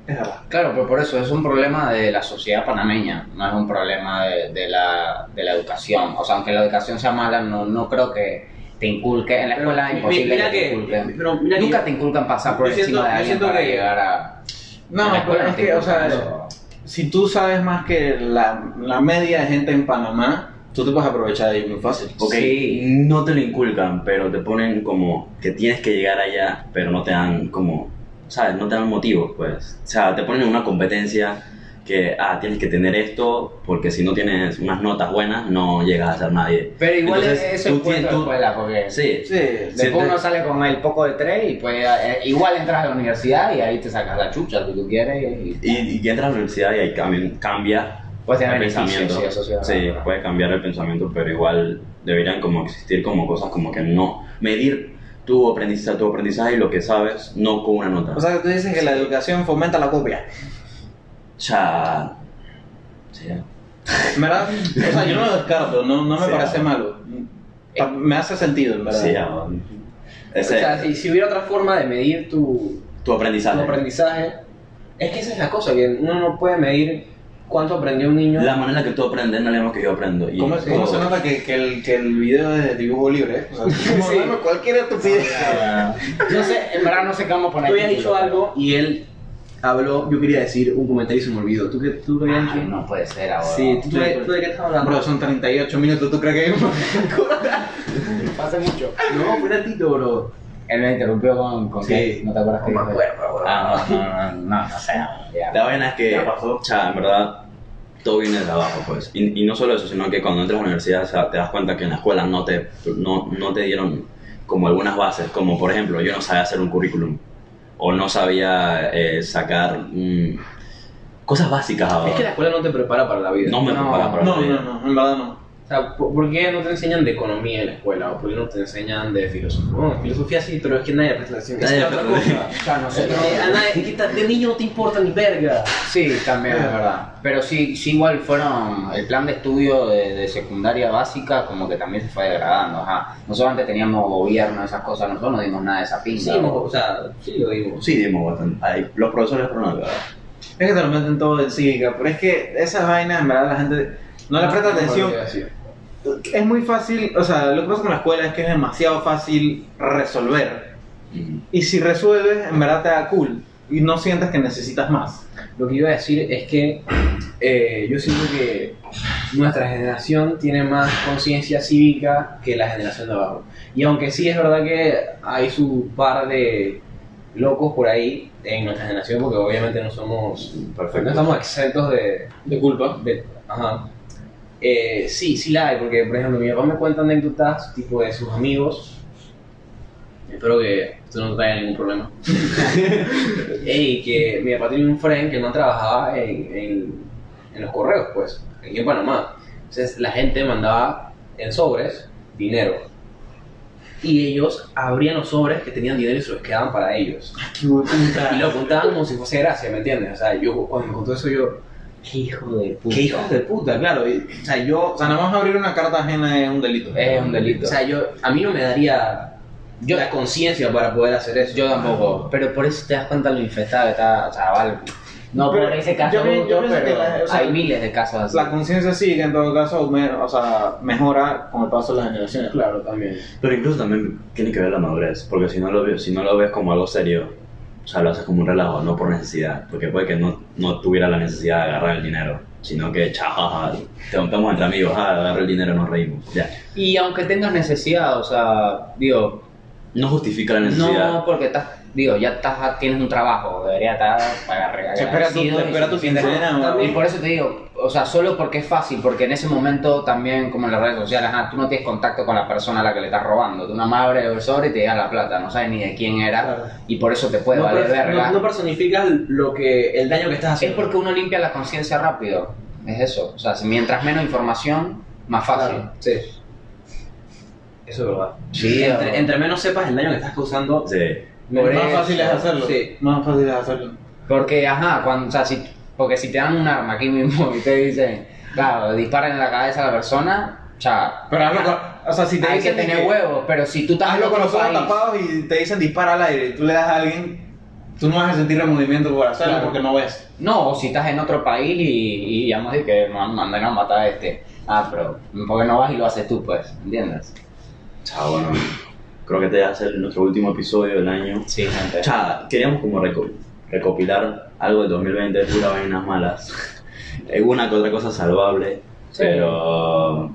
Speaker 1: Es verdad.
Speaker 2: claro, pero por eso es un problema de la sociedad panameña, no es un problema de, de la, de la educación, o sea, aunque la educación sea mala, no, no creo que te inculque, en la
Speaker 3: Pero
Speaker 2: escuela es
Speaker 3: mi-
Speaker 2: imposible
Speaker 3: mira
Speaker 2: que te
Speaker 3: que- eh,
Speaker 2: inculquen,
Speaker 3: pero mira que
Speaker 2: nunca
Speaker 3: yo-
Speaker 2: te inculcan pasar por
Speaker 3: yo siento-
Speaker 2: encima de
Speaker 3: yo
Speaker 2: alguien
Speaker 3: siento
Speaker 2: para
Speaker 3: que-
Speaker 2: llegar a... en
Speaker 1: No,
Speaker 2: la
Speaker 1: pero
Speaker 3: pues,
Speaker 2: escuela
Speaker 1: es
Speaker 2: te
Speaker 1: que, o
Speaker 2: inculcan
Speaker 1: sea,
Speaker 2: eso.
Speaker 1: si tú sabes más que la, la media de gente en Panamá, tú te puedes aprovechar de ahí muy fácil.
Speaker 4: Ok,
Speaker 2: Sí.
Speaker 4: no te lo inculcan, pero te ponen como que tienes que llegar allá, pero no te dan como, ¿sabes? No te dan motivos, pues. O sea, te ponen en una competencia que, ah, tienes que tener esto, porque si no tienes unas notas buenas, no llegas a ser nadie.
Speaker 2: Pero igual
Speaker 4: Entonces,
Speaker 2: eso
Speaker 4: tú
Speaker 2: es cuento
Speaker 4: tienes-
Speaker 2: de
Speaker 4: tú-
Speaker 2: escuela, porque
Speaker 4: Sí,
Speaker 1: Sí, de-
Speaker 2: después
Speaker 4: te-
Speaker 2: uno sale con el poco de tres y pues eh, igual entras a la universidad y ahí te sacas la chucha si tú quieres y,
Speaker 4: y, y que entras a la universidad y ahí cambian- cambia
Speaker 2: puedes tener
Speaker 4: el
Speaker 2: beneficios,
Speaker 4: pensamiento.
Speaker 2: sí, eso sí. es
Speaker 4: Sí,
Speaker 2: [LAUGHS]
Speaker 4: pues.
Speaker 2: verdad.
Speaker 4: puede cambiar el pensamiento, pero igual deberían como existir como cosas como que no, medir tu aprendizaje, tu aprendizaje y lo que sabes, no con una nota.
Speaker 1: O sea, que tú dices que la educación fomenta la copia.
Speaker 4: Cha. Sí.
Speaker 1: En ¿Verdad? O sea, yo no lo descarto, no, no me
Speaker 4: Sí,
Speaker 1: parece
Speaker 4: ah.
Speaker 1: malo. Pa- Me hace sentido, en verdad.
Speaker 4: Sí, ah, ese,
Speaker 3: O sea, si, si hubiera otra forma de medir tu,
Speaker 4: tu
Speaker 3: tu
Speaker 4: aprendizaje.
Speaker 3: aprendizaje, es que esa es la cosa, que uno no puede medir cuánto aprendió un niño.
Speaker 4: La manera en la que tú aprendes no es la misma que yo aprendo. Y
Speaker 1: ¿Cómo,
Speaker 4: todo.
Speaker 1: cómo se nota que, que el, que el video es de dibujo libre? ¿eh? O sea,
Speaker 3: Sí.
Speaker 1: dame cualquier estupidez.
Speaker 2: No sé, en verdad no sé cómo poner.
Speaker 3: Tú habías
Speaker 2: título, pero-
Speaker 3: dicho algo y él habló, yo quería decir un comentario y se me olvidó. ¿Tú qué, tú qué habías
Speaker 2: Ay,
Speaker 3: dicho?
Speaker 2: Ah, no puede ser ahora.
Speaker 3: Sí, ¿tú, de- tú de qué estás hablando?
Speaker 1: Bro, Ah, son 38 minutos, ¿tú crees que hay un
Speaker 2: Pasa mucho.
Speaker 3: No, fue ratito, bro.
Speaker 2: Él me interrumpió con. con
Speaker 3: Sí.
Speaker 2: qué? ¿No te acuerdas que
Speaker 3: No me
Speaker 2: dijo?
Speaker 3: acuerdo, bro.
Speaker 2: Ah, no, no, no, no, no sé. ya.
Speaker 4: La vaina es que,
Speaker 1: Ya pasó.
Speaker 4: cha, en verdad, todo viene de abajo, pues. Y, y no solo eso, sino que cuando entras a la universidad, o sea, te das cuenta que en la escuela no te, no, no te dieron como algunas bases, como por ejemplo, yo no sabía hacer un currículum, o no sabía eh, sacar mm, cosas básicas.
Speaker 3: Es que la escuela no te prepara para la vida.
Speaker 4: No me
Speaker 2: No,
Speaker 4: preparaba para
Speaker 1: No,
Speaker 4: la vida.
Speaker 1: no, no, en verdad no.
Speaker 3: O sea, ¿por por qué no te enseñan de economía en la escuela? ¿O por qué no te enseñan de filosofía? Bueno, filosofía sí, pero es que nadie presta atención.
Speaker 4: Nadie
Speaker 3: Esa es otra
Speaker 4: presta
Speaker 3: cosa.
Speaker 2: O sea, no sé.
Speaker 3: [LAUGHS] Eh, a nadie- que ta- de niño no te importa ni verga.
Speaker 2: Sí, también es verdad. Pero sí, sí igual fueron el plan de estudio de, de secundaria básica como que también se fue degradando, ajá. Nosotros antes teníamos gobierno, esas cosas, nosotros no dimos nada de esa pinta.
Speaker 3: Sí, mo- o sea, sí lo digo.
Speaker 4: Sí, dimos bastante. Ay, los profesores fueron acá.
Speaker 1: Es que te lo meten todo en cívica, pero es que esas vainas, en verdad, la gente no le
Speaker 3: Ah,
Speaker 1: presta atención. Es muy fácil, o sea, lo que pasa con la escuela es que es demasiado fácil resolver. Y si resuelves, en verdad te da cool. Y no sientes que necesitas más.
Speaker 3: Lo que iba a decir es que eh, yo siento que nuestra generación tiene más conciencia cívica que la generación de abajo. Y aunque sí es verdad que hay su par de locos por ahí en nuestra generación, porque obviamente no somos, no
Speaker 4: Perfecto.
Speaker 3: estamos exentos de,
Speaker 5: De culpa.
Speaker 3: de- ajá. Eh, sí, sí la hay, porque por ejemplo mi papá me cuenta anécdotas tipo de sus amigos. Espero que esto no traiga ningún problema. [LAUGHS] Ey, que mi papá tenía un friend que el man trabajaba en, en, en los correos, pues, aquí en Panamá. Entonces la gente mandaba en sobres dinero. Y ellos abrían los sobres que tenían dinero y se los quedaban para ellos. Y lo contaban como si fuese gracia, ¿me entiendes? O sea, yo cuando me contó eso yo,
Speaker 2: Qué hijo de puta.
Speaker 3: Qué hijos de puta, claro. y- o sea, yo.
Speaker 1: O sea, nada más abrir una carta ajena es un delito.
Speaker 2: Es un delito.
Speaker 3: O sea, yo. A mí no me daría. Yo la conciencia para poder hacer eso.
Speaker 2: yo tampoco. Pero por eso te das cuenta lo infestado que está, chaval. No
Speaker 1: Pero
Speaker 2: por ese
Speaker 1: yo
Speaker 2: caso yo,
Speaker 1: pi- yo pienso
Speaker 2: pero
Speaker 1: que la- o sea,
Speaker 2: hay miles de casos así.
Speaker 1: La conciencia sí, que en todo caso, me- o sea, mejora con el paso de las generaciones.
Speaker 3: Claro, también.
Speaker 4: Pero incluso también tiene que ver la madurez, porque si no lo, vi- si no lo ves como algo serio, o sea, lo haces como un relajo, no por necesidad, porque puede que no, no tuviera la necesidad de agarrar el dinero, sino que, chajaja, te juntamos entre amigos, ah, agarra el dinero, nos reímos, ya.
Speaker 2: Y aunque tengas necesidad, o sea, digo,
Speaker 4: No justifica la necesidad.
Speaker 2: no porque estás, digo, ya estás, tienes un trabajo, debería estar para regalar.
Speaker 1: Espera tu- espera tu quincena, ¿no?
Speaker 2: Y por eso te digo, o sea, solo porque es fácil, porque en ese momento también, como en las redes sociales, ah, tú no tienes contacto con la persona a la que le estás robando. Tú una madre el sobre y te llega la plata, no sabes ni de quién era,
Speaker 3: Claro.
Speaker 2: y por eso te puede
Speaker 3: no,
Speaker 2: valer
Speaker 3: pero-
Speaker 2: verga.
Speaker 3: no- no personificas lo que. el daño que estás
Speaker 2: Es
Speaker 3: haciendo.
Speaker 2: porque uno limpia la conciencia rápido, es eso. O sea, si mientras menos información, más fácil.
Speaker 3: Claro, sí. Eso es verdad.
Speaker 2: Sí,
Speaker 3: entre,
Speaker 2: o-
Speaker 3: entre menos sepas el daño que estás causando,
Speaker 4: Sí.
Speaker 1: Más
Speaker 3: mejor es.
Speaker 1: fácil es hacerlo.
Speaker 3: Sí.
Speaker 1: Más fácil es hacerlo.
Speaker 2: Porque, ajá, cuando, o sea, si, porque si te dan un arma aquí mismo y te dicen, claro, disparan en la cabeza a la persona, o sea,
Speaker 1: Pero hazlo con, o sea, si te
Speaker 2: Ah, hay que
Speaker 1: dicen
Speaker 2: tener
Speaker 1: que-
Speaker 2: huevos, pero si tú estás en
Speaker 1: Hazlo con
Speaker 2: otro
Speaker 1: los ojos
Speaker 2: país-
Speaker 1: tapados y te dicen dispara al aire y tú le das a alguien, tú no vas a sentir remordimiento por hacerlo
Speaker 3: Claro.
Speaker 1: porque no ves.
Speaker 2: No, o si estás en otro país y, y llamas y que "Man- manden a matar a este. Ah, pero, ¿por qué no vas y lo haces tú, pues? ¿Entiendes?
Speaker 4: Chao, bueno, creo que te va a ser nuestro último episodio del año.
Speaker 2: Sí, gente.
Speaker 4: Chao, queríamos como reco- recopilar algo del 2020, pura vainas malas. [LAUGHS] Eh, Una que otra cosa salvable,
Speaker 2: Sí.
Speaker 4: pero...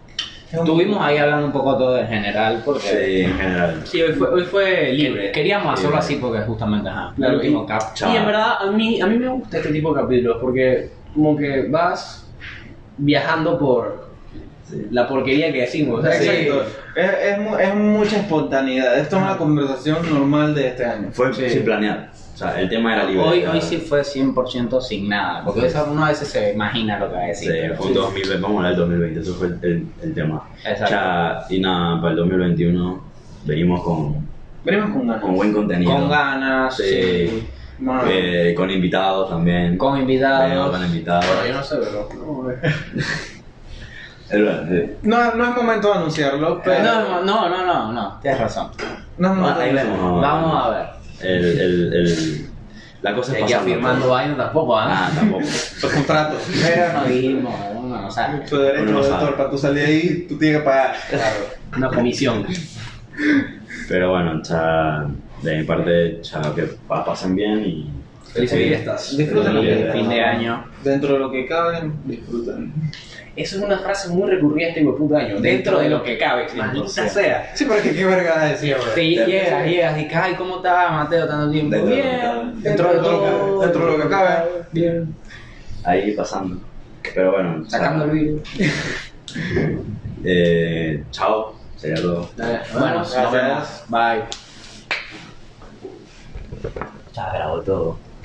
Speaker 2: Estuvimos ahí hablando un poco todo en general, porque
Speaker 4: Sí, en general.
Speaker 3: Sí, hoy fue, hoy fue libre.
Speaker 2: queríamos hacerlo
Speaker 4: Libre.
Speaker 2: así porque justamente, ajá, el
Speaker 3: Claro,
Speaker 2: último
Speaker 3: y-
Speaker 2: cap.
Speaker 4: Chao.
Speaker 3: Y en verdad, a mí, a mí me gusta este tipo de capítulos porque, como que vas viajando por
Speaker 4: Sí.
Speaker 3: la porquería que decimos. o sea,
Speaker 2: Sí.
Speaker 3: que-
Speaker 1: Exacto. Es, es, mu- es mucha espontaneidad. Esto es una conversación normal de este año.
Speaker 4: Fue
Speaker 2: Sí.
Speaker 4: sin planear. O sea, el tema era libre.
Speaker 2: Hoy,
Speaker 4: claro.
Speaker 2: hoy sí fue 100% sin nada, porque
Speaker 4: Sí.
Speaker 2: eso uno a veces se imagina lo que va a
Speaker 4: Sí,
Speaker 2: decir. pero-
Speaker 4: fue un 2020, vamos a hablar del 2020, eso fue el, el- el tema.
Speaker 2: Exacto.
Speaker 4: Cha, y nada, para el 2021 venimos con,
Speaker 1: Venimos con ganas.
Speaker 4: con buen contenido.
Speaker 2: Con ganas,
Speaker 4: Sí.
Speaker 1: Bueno,
Speaker 4: Eh, con invitados también.
Speaker 2: con
Speaker 4: Venimos
Speaker 2: invitados.
Speaker 4: con invitados.
Speaker 3: Bueno, yo no sé, pero. no, eh.
Speaker 4: Es verdad, sí.
Speaker 1: no, no es momento de anunciarlo, pero.
Speaker 2: Eh, No, no, no, no, no, tienes razón.
Speaker 1: no es momento de
Speaker 4: Ah, Ahí
Speaker 1: anunciarlo.
Speaker 4: vemos.
Speaker 2: Vamos a ver.
Speaker 4: El, el, el, la cosa es
Speaker 3: Aquí
Speaker 4: pasarla,
Speaker 3: afirmando
Speaker 4: pues.
Speaker 3: vaina tampoco, ¿ah?
Speaker 4: Ah, tampoco.
Speaker 1: Los contratos.
Speaker 4: [LAUGHS]
Speaker 2: Pero no dijimos, uno no sabe.
Speaker 1: Tu derecho
Speaker 4: Uno
Speaker 1: de
Speaker 4: no sabe.
Speaker 1: autor, para tú salir ahí, tú tienes que pagar.
Speaker 3: Claro, una comisión.
Speaker 4: Pero bueno, cha, de mi parte, cha, que pa- pasen bien y...
Speaker 3: Felices fiestas.
Speaker 1: Disfruten lo
Speaker 4: Sí,
Speaker 1: que
Speaker 4: el
Speaker 2: fin de año.
Speaker 1: Dentro de lo que cabe, disfruten.
Speaker 3: Eso es una frase muy recurrente en el puto año. Dentro de lo que cabe, maldita
Speaker 2: Entonces.
Speaker 3: sea.
Speaker 1: Sí, porque qué verga decía,
Speaker 2: Te
Speaker 1: güey.
Speaker 2: llegas, llegas, y ay, ¿cómo estás, Mateo, tanto tiempo?
Speaker 4: Dentro de lo que
Speaker 2: Bien,
Speaker 4: cabe.
Speaker 2: dentro de todo.
Speaker 1: Dentro de lo que cabe.
Speaker 2: Bien,
Speaker 4: Ahí pasando. Pero bueno, cha,
Speaker 2: sacando el virus.
Speaker 4: eh, chao, sería todo.
Speaker 2: Bueno, nos
Speaker 1: Gracias.
Speaker 2: vemos. Bye.
Speaker 4: Ya grabó todo.